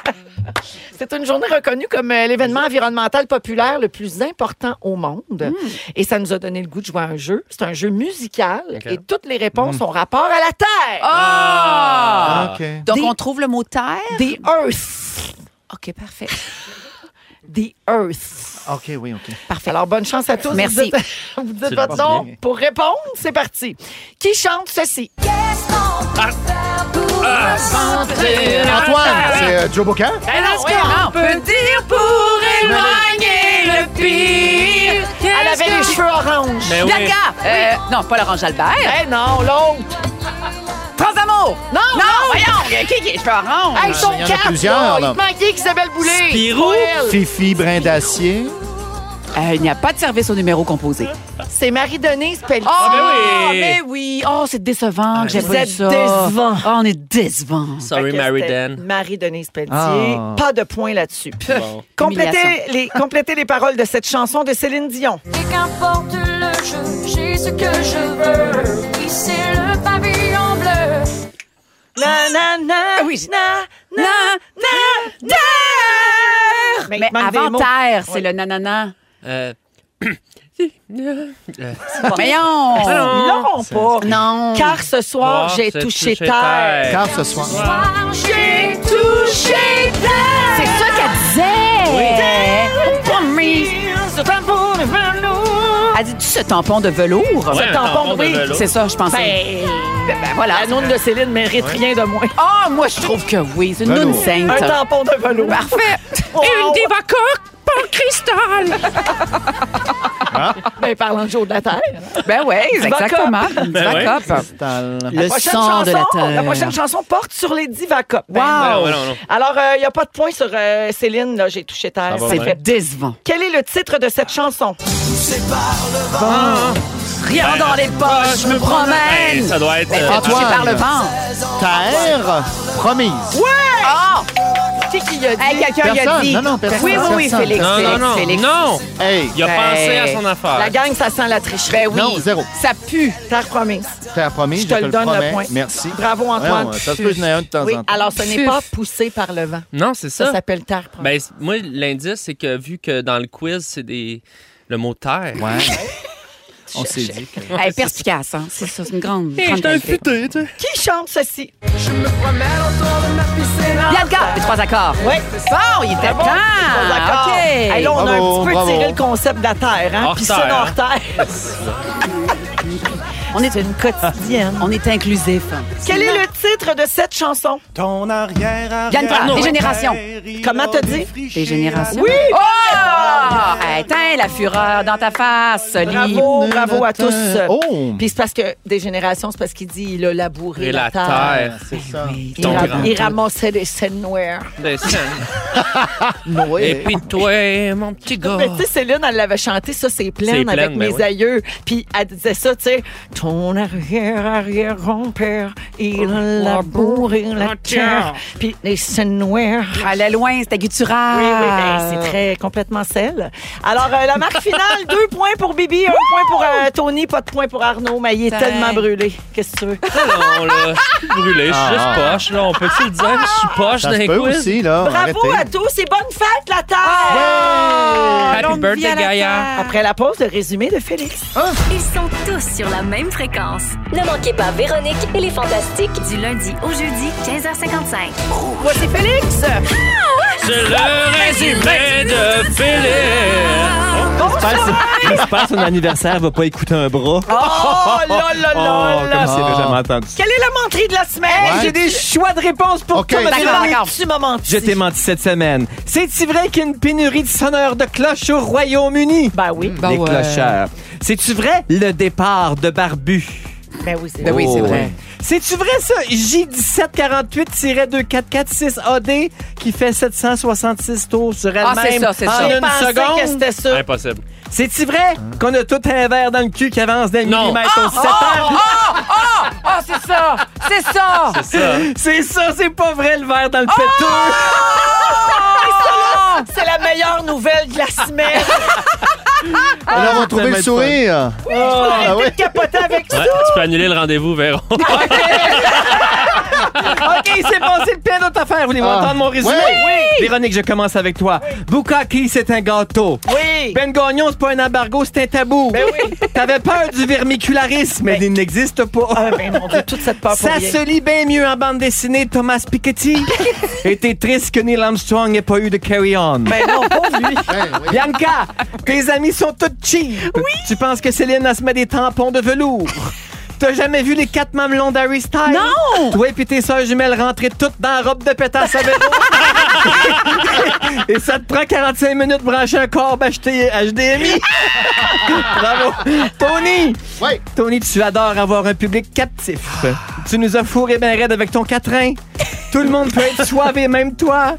C'est une journée reconnue comme euh, l'événement environnemental populaire le plus important au monde. Hmm. Et ça nous a donné le goût de jouer à un jeu. C'est un jeu musical et toutes les réponses ont rapport à la Terre. Ah! Hmm. OK. Donc, on trouve le mot terre. Des Earth. OK, parfait. The Earth. OK, oui, OK. Parfait. Alors, bonne chance à tous. Merci. Vous dites, <laughs> vous dites Tu votre le portes nom bien. pour répondre. C'est parti. Qui chante ceci? Ah. Antoine, c'est euh, Joe Bocan. Est-ce qu'on peut dire pour éloigner le pire? Elle Qu'est-ce avait les que- cheveux orange. Bianca! Euh, non, pas l'orange Albert. Eh non, l'autre. Transamour! Non! Non! Non! Voyons! Qui qui est cheveux orange? Hey, Ah, ils sont Il y en a quatre, là. plusieurs, là. Il te manquait qu'Isabelle Boulay. Spirou, Pas elle. Fifi, Brin d'Acier. Euh, il n'y a pas de service au numéro composé. C'est Marie-Denise Pelletier. Oh, Ah, ben oui. mais oui! Oh, c'est décevant que j'ai Vous pas eu êtes ça. décevant. Oh, on est décevant. Fait Sorry, que Mary c'était Dan. Marie-Denise Pelletier. Ah. Pas de point là-dessus. Bon. Complétez, Humiliation. les, complétez les paroles de cette chanson de Céline Dion. Et qu'importe le jeu, j'ai ce que je veux. Ici le pavillon bleu. Na, na, na, na, na, na, na. Mais, il te manque des avant mots. terre, c'est Ouais. le nanana. Euh, <laughs> euh, Voyons! Ah Ils l'auront pas. Non. Ah, Car ce soir, Oh, Voir, j'ai Ah, c'est touché touché terre. terre. Car ce soir. J'ai touché terre. C'est ça qu'elle disait! Promise. Ce tambour de velours. Elle dit tu ce tampon de velours? Ouais, Ce un tampon, tampon de oui. velours. C'est ça, je pensais. Ben, ben voilà. La noune de Céline mérite Ouais. rien de moins. Ah, moi, je trouve que oui. C'est une Ben Velours. noune sainte. Un tampon de velours. Parfait. Wow. Une diva coque, pas cristal. Ben, parlant de jour de la terre. Ben oui, exactement. Ben Diva ouais. coque. Stal- Le Ben prochaine sang de la chanson- terre. prochaine chanson porte sur les divacopes. Wow! Non, non, non. Alors, il n'y a pas de point sur euh, Céline, là, j'ai touché terre. Ça va C'est bien. fait. Décevant. Quel est le titre de cette chanson? Ben, Ben, Rien dans les poches, je me Hey, promène. ça doit être. euh, Touché par le vent. Terre promise. Ah! Qui qui a dit? Hey, quelqu'un lui a Personne. dit. Non, non, personne. Oui, oui, oui, Personne. Félix. non, non, Félix, non. Félix. Non! Hey, Il a Ben, pensé à son affaire. La gang, ça sent la triche. Ben oui. Non, zéro. Ça pue. Terre promise. terre promise, Je je te te, le le donne le promets. point. Merci. Bravo, Antoine. Ouais, ouais, ça se peut, je n'ai un de temps Oui, en temps. alors ce n'est Puf. pas poussé par le vent. Non, c'est Ça, ça. s'appelle terre promise. Ben, c'est- moi, l'indice, c'est que vu que dans le quiz, c'est des. Le mot terre. <laughs> Ouais. On s'est dit que... Elle est perspicace, hein. C'est ça, c'est une grande. grande qualité. tu sais. Qui chante ceci? Bien de garde, les trois accords. Oui. Ah Bon, il était Bravo, temps. c'est pas d'accord. OK. Hey, là, on a un Bravo, petit peu bravo. tiré le concept de la terre, hein? Hors Piscine terre, hors terre. on est une Quotidienne. On est inclusif. Quel est le titre de cette chanson? Ton arrière Yann Prat, arrière des générations. Comment t'as dit? Des générations. Oui! Oh! Éteins la fureur dans ta face, Oli. Bravo, bravo à tous. Oh! Puis c'est parce que des générations, c'est parce qu'il dit il a labouré Et la, la terre. terre. C'est ça. Il, Ton ra- grand. il ramassait des scènes noires. Des scènes. <laughs> Et puis toi, mon petit gars. Mais tu sais, Céline, elle l'avait chanté, ça, c'est C'est pleine pleine, avec ben mes oui. aïeux. Puis elle disait ça, tu sais, ton arrière-arrière-grand-père, il a labouré la La terre. terre. Puis les scènes noires. Elle est loin, c'était guttural. Oui, oui, ben, c'est très complètement celle. Alors, euh, la marque <laughs> finale, deux points pour Bibi, un point pour euh, Tony, pas de point pour Arnaud, mais il est Tain. tellement brûlé. Qu'est-ce que <laughs> tu veux? Non, là, je suis brûlé, je suis juste Ah. poche. Là, on peut-tu le dire? Je suis poche Ça se d'un peut quiz. aussi, là. Bravo à Arrêtez. tous et bonne fête, la Terre! Ah! Happy birthday, Gaillard. Après la pause, le résumé de Félix. Ils sont tous sur la même fréquence. Ne manquez pas Véronique et les Fantastiques du lundi au jeudi 15h55. Voici Félix! Ah! C'est le résumé de Philippe. J'espère que son anniversaire va pas écouter un bras. Oh là là là Oh, là! comme si avait jamais entendu ça. Quelle est la menterie de la semaine? Ouais. J'ai des choix de réponse pour Ok. toi, madame. D'accord, d'accord. Tu m'as menti. Je t'ai menti cette semaine. C'est-tu vrai qu'il y a une pénurie de sonneurs de cloches au Royaume-Uni? Ben oui, Ben Les ouais. clocheurs. C'est-tu vrai le départ de Barbu? ben oui, c'est Ben oui, c'est Oh, vrai. ouais. C'est-tu vrai ça? J1748-2446AD qui fait 766 tours sur elle-même Ah, c'est ça, c'est en ça. Je une pensais que seconde. c'était ça. Impossible. C'est-tu vrai qu'on a tout un verre dans le cul qui avance d'un Non. millimètre Ah, Ah, au 7 heures? Oh, c'est ça! C'est ça! C'est ça. C'est ça, c'est pas vrai le verre Ah! dans le péteux. C'est la meilleure nouvelle de la semaine. <laughs> Alors, on va trouver va le être fun. sourire. Ah oui. Capoter avec ça. Ouais, tu peux annuler le rendez-vous, Véron. OK, c'est passé le pire de ta affaire. Voulez-vous Ah. entendre mon résumé? Oui. Véronique, je commence avec toi. Bukaki, c'est un gâteau. Oui. Ben Ben Gagnon, c'est pas un embargo, c'est un tabou. T'avais peur du vermicularisme, mais il n'existe pas. Ah, ben mon Dieu, toute cette peur pour Ça rien. <laughs> se lit bien mieux en bande dessinée, Thomas Piketty. Et t'es triste que Neil Armstrong n'ait pas eu de carry-on. Ben non, pauvre lui. Ben, Bianca, tes amis sont tous cheap. Tu penses que Céline, elle se met des tampons de velours. T'as jamais vu les quatre mamelons d'Harry Styles? Non! Toi et puis tes soeurs jumelles rentraient toutes dans la robe de pétasse à vélo. et ça te prend 45 minutes de brancher un corps acheté HDMI. Bravo. Tony! Ouais. Tony, tu adores avoir un public captif. Tu nous as fourré ben raide avec ton quatrain. Tout le monde peut être suave et même toi.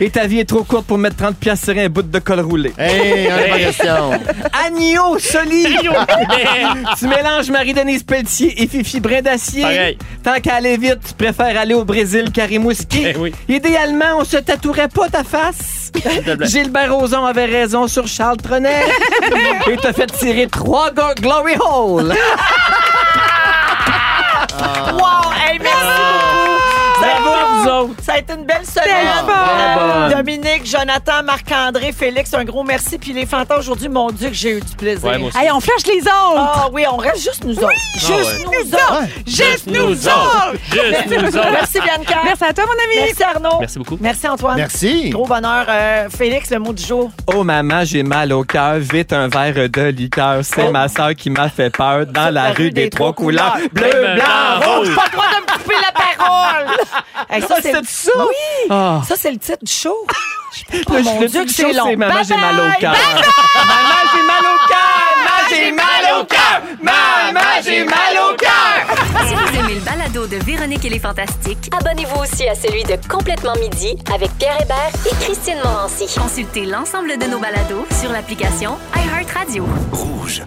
Et ta vie est trop courte pour mettre 30 pièces sur un bout de col roulé. Hey, on a pas question. Agneau Soli. mais- tu mélanges Marie-Denise Pelletier et Fifi Brin d'Acier. Pareil. Tant qu'à aller vite, tu préfères aller au Brésil qu'à Rimouski. Idéalement, on se tatouerait pas ta face. te plaît. Gilbert Rozon avait raison sur Charles <laughs> Trenet. et t'as fait tirer trois go- Glory Hole. Wow! Hey, merci beaucoup! Ça a Ah. Bravo été- à vous autres. Ça a été une belle semaine. C'était fun. Très bonne. Dominique, Jonathan, Marc-André, Félix, un gros merci. Puis les fantômes aujourd'hui, mon Dieu, que j'ai eu du plaisir. Ouais, moi aussi. Hey, on flash les autres. Ah oui, on reste juste nous autres. Juste Ah ouais. nous autres. Ouais. Juste Juste nous nous autres. autres. Juste nous autres. Merci, Bianca. Merci à toi, mon ami. Merci, Arnaud. Merci beaucoup. Merci, Antoine. Merci. Gros bonheur. Euh, Félix, le mot du jour. Oh maman, j'ai mal au cœur, vite un verre de liqueur. C'est ma sœur qui m'a fait peur dans Oh. la, rue des, trois couleurs. Bleu, Oh blanc, rouge. Pas le droit de me couper la parole. Hey, Ah, le- c'est ça? Oui. Ah. Ça, c'est le titre du show. Oh, Le- mon le Dieu, titre que du c'est show, long. c'est Maman, Bye j'ai mal au bye. cœur. Bye bye. Maman, j'ai mal au cœur. Maman, j'ai mal au cœur. Maman, j'ai mal au cœur. Si vous aimez le balado de Véronique et les Fantastiques, abonnez-vous aussi à celui de Complètement Midi avec Pierre Hébert et Christine Morancy. Consultez l'ensemble de nos balados sur l'application iHeartRadio. Rouge.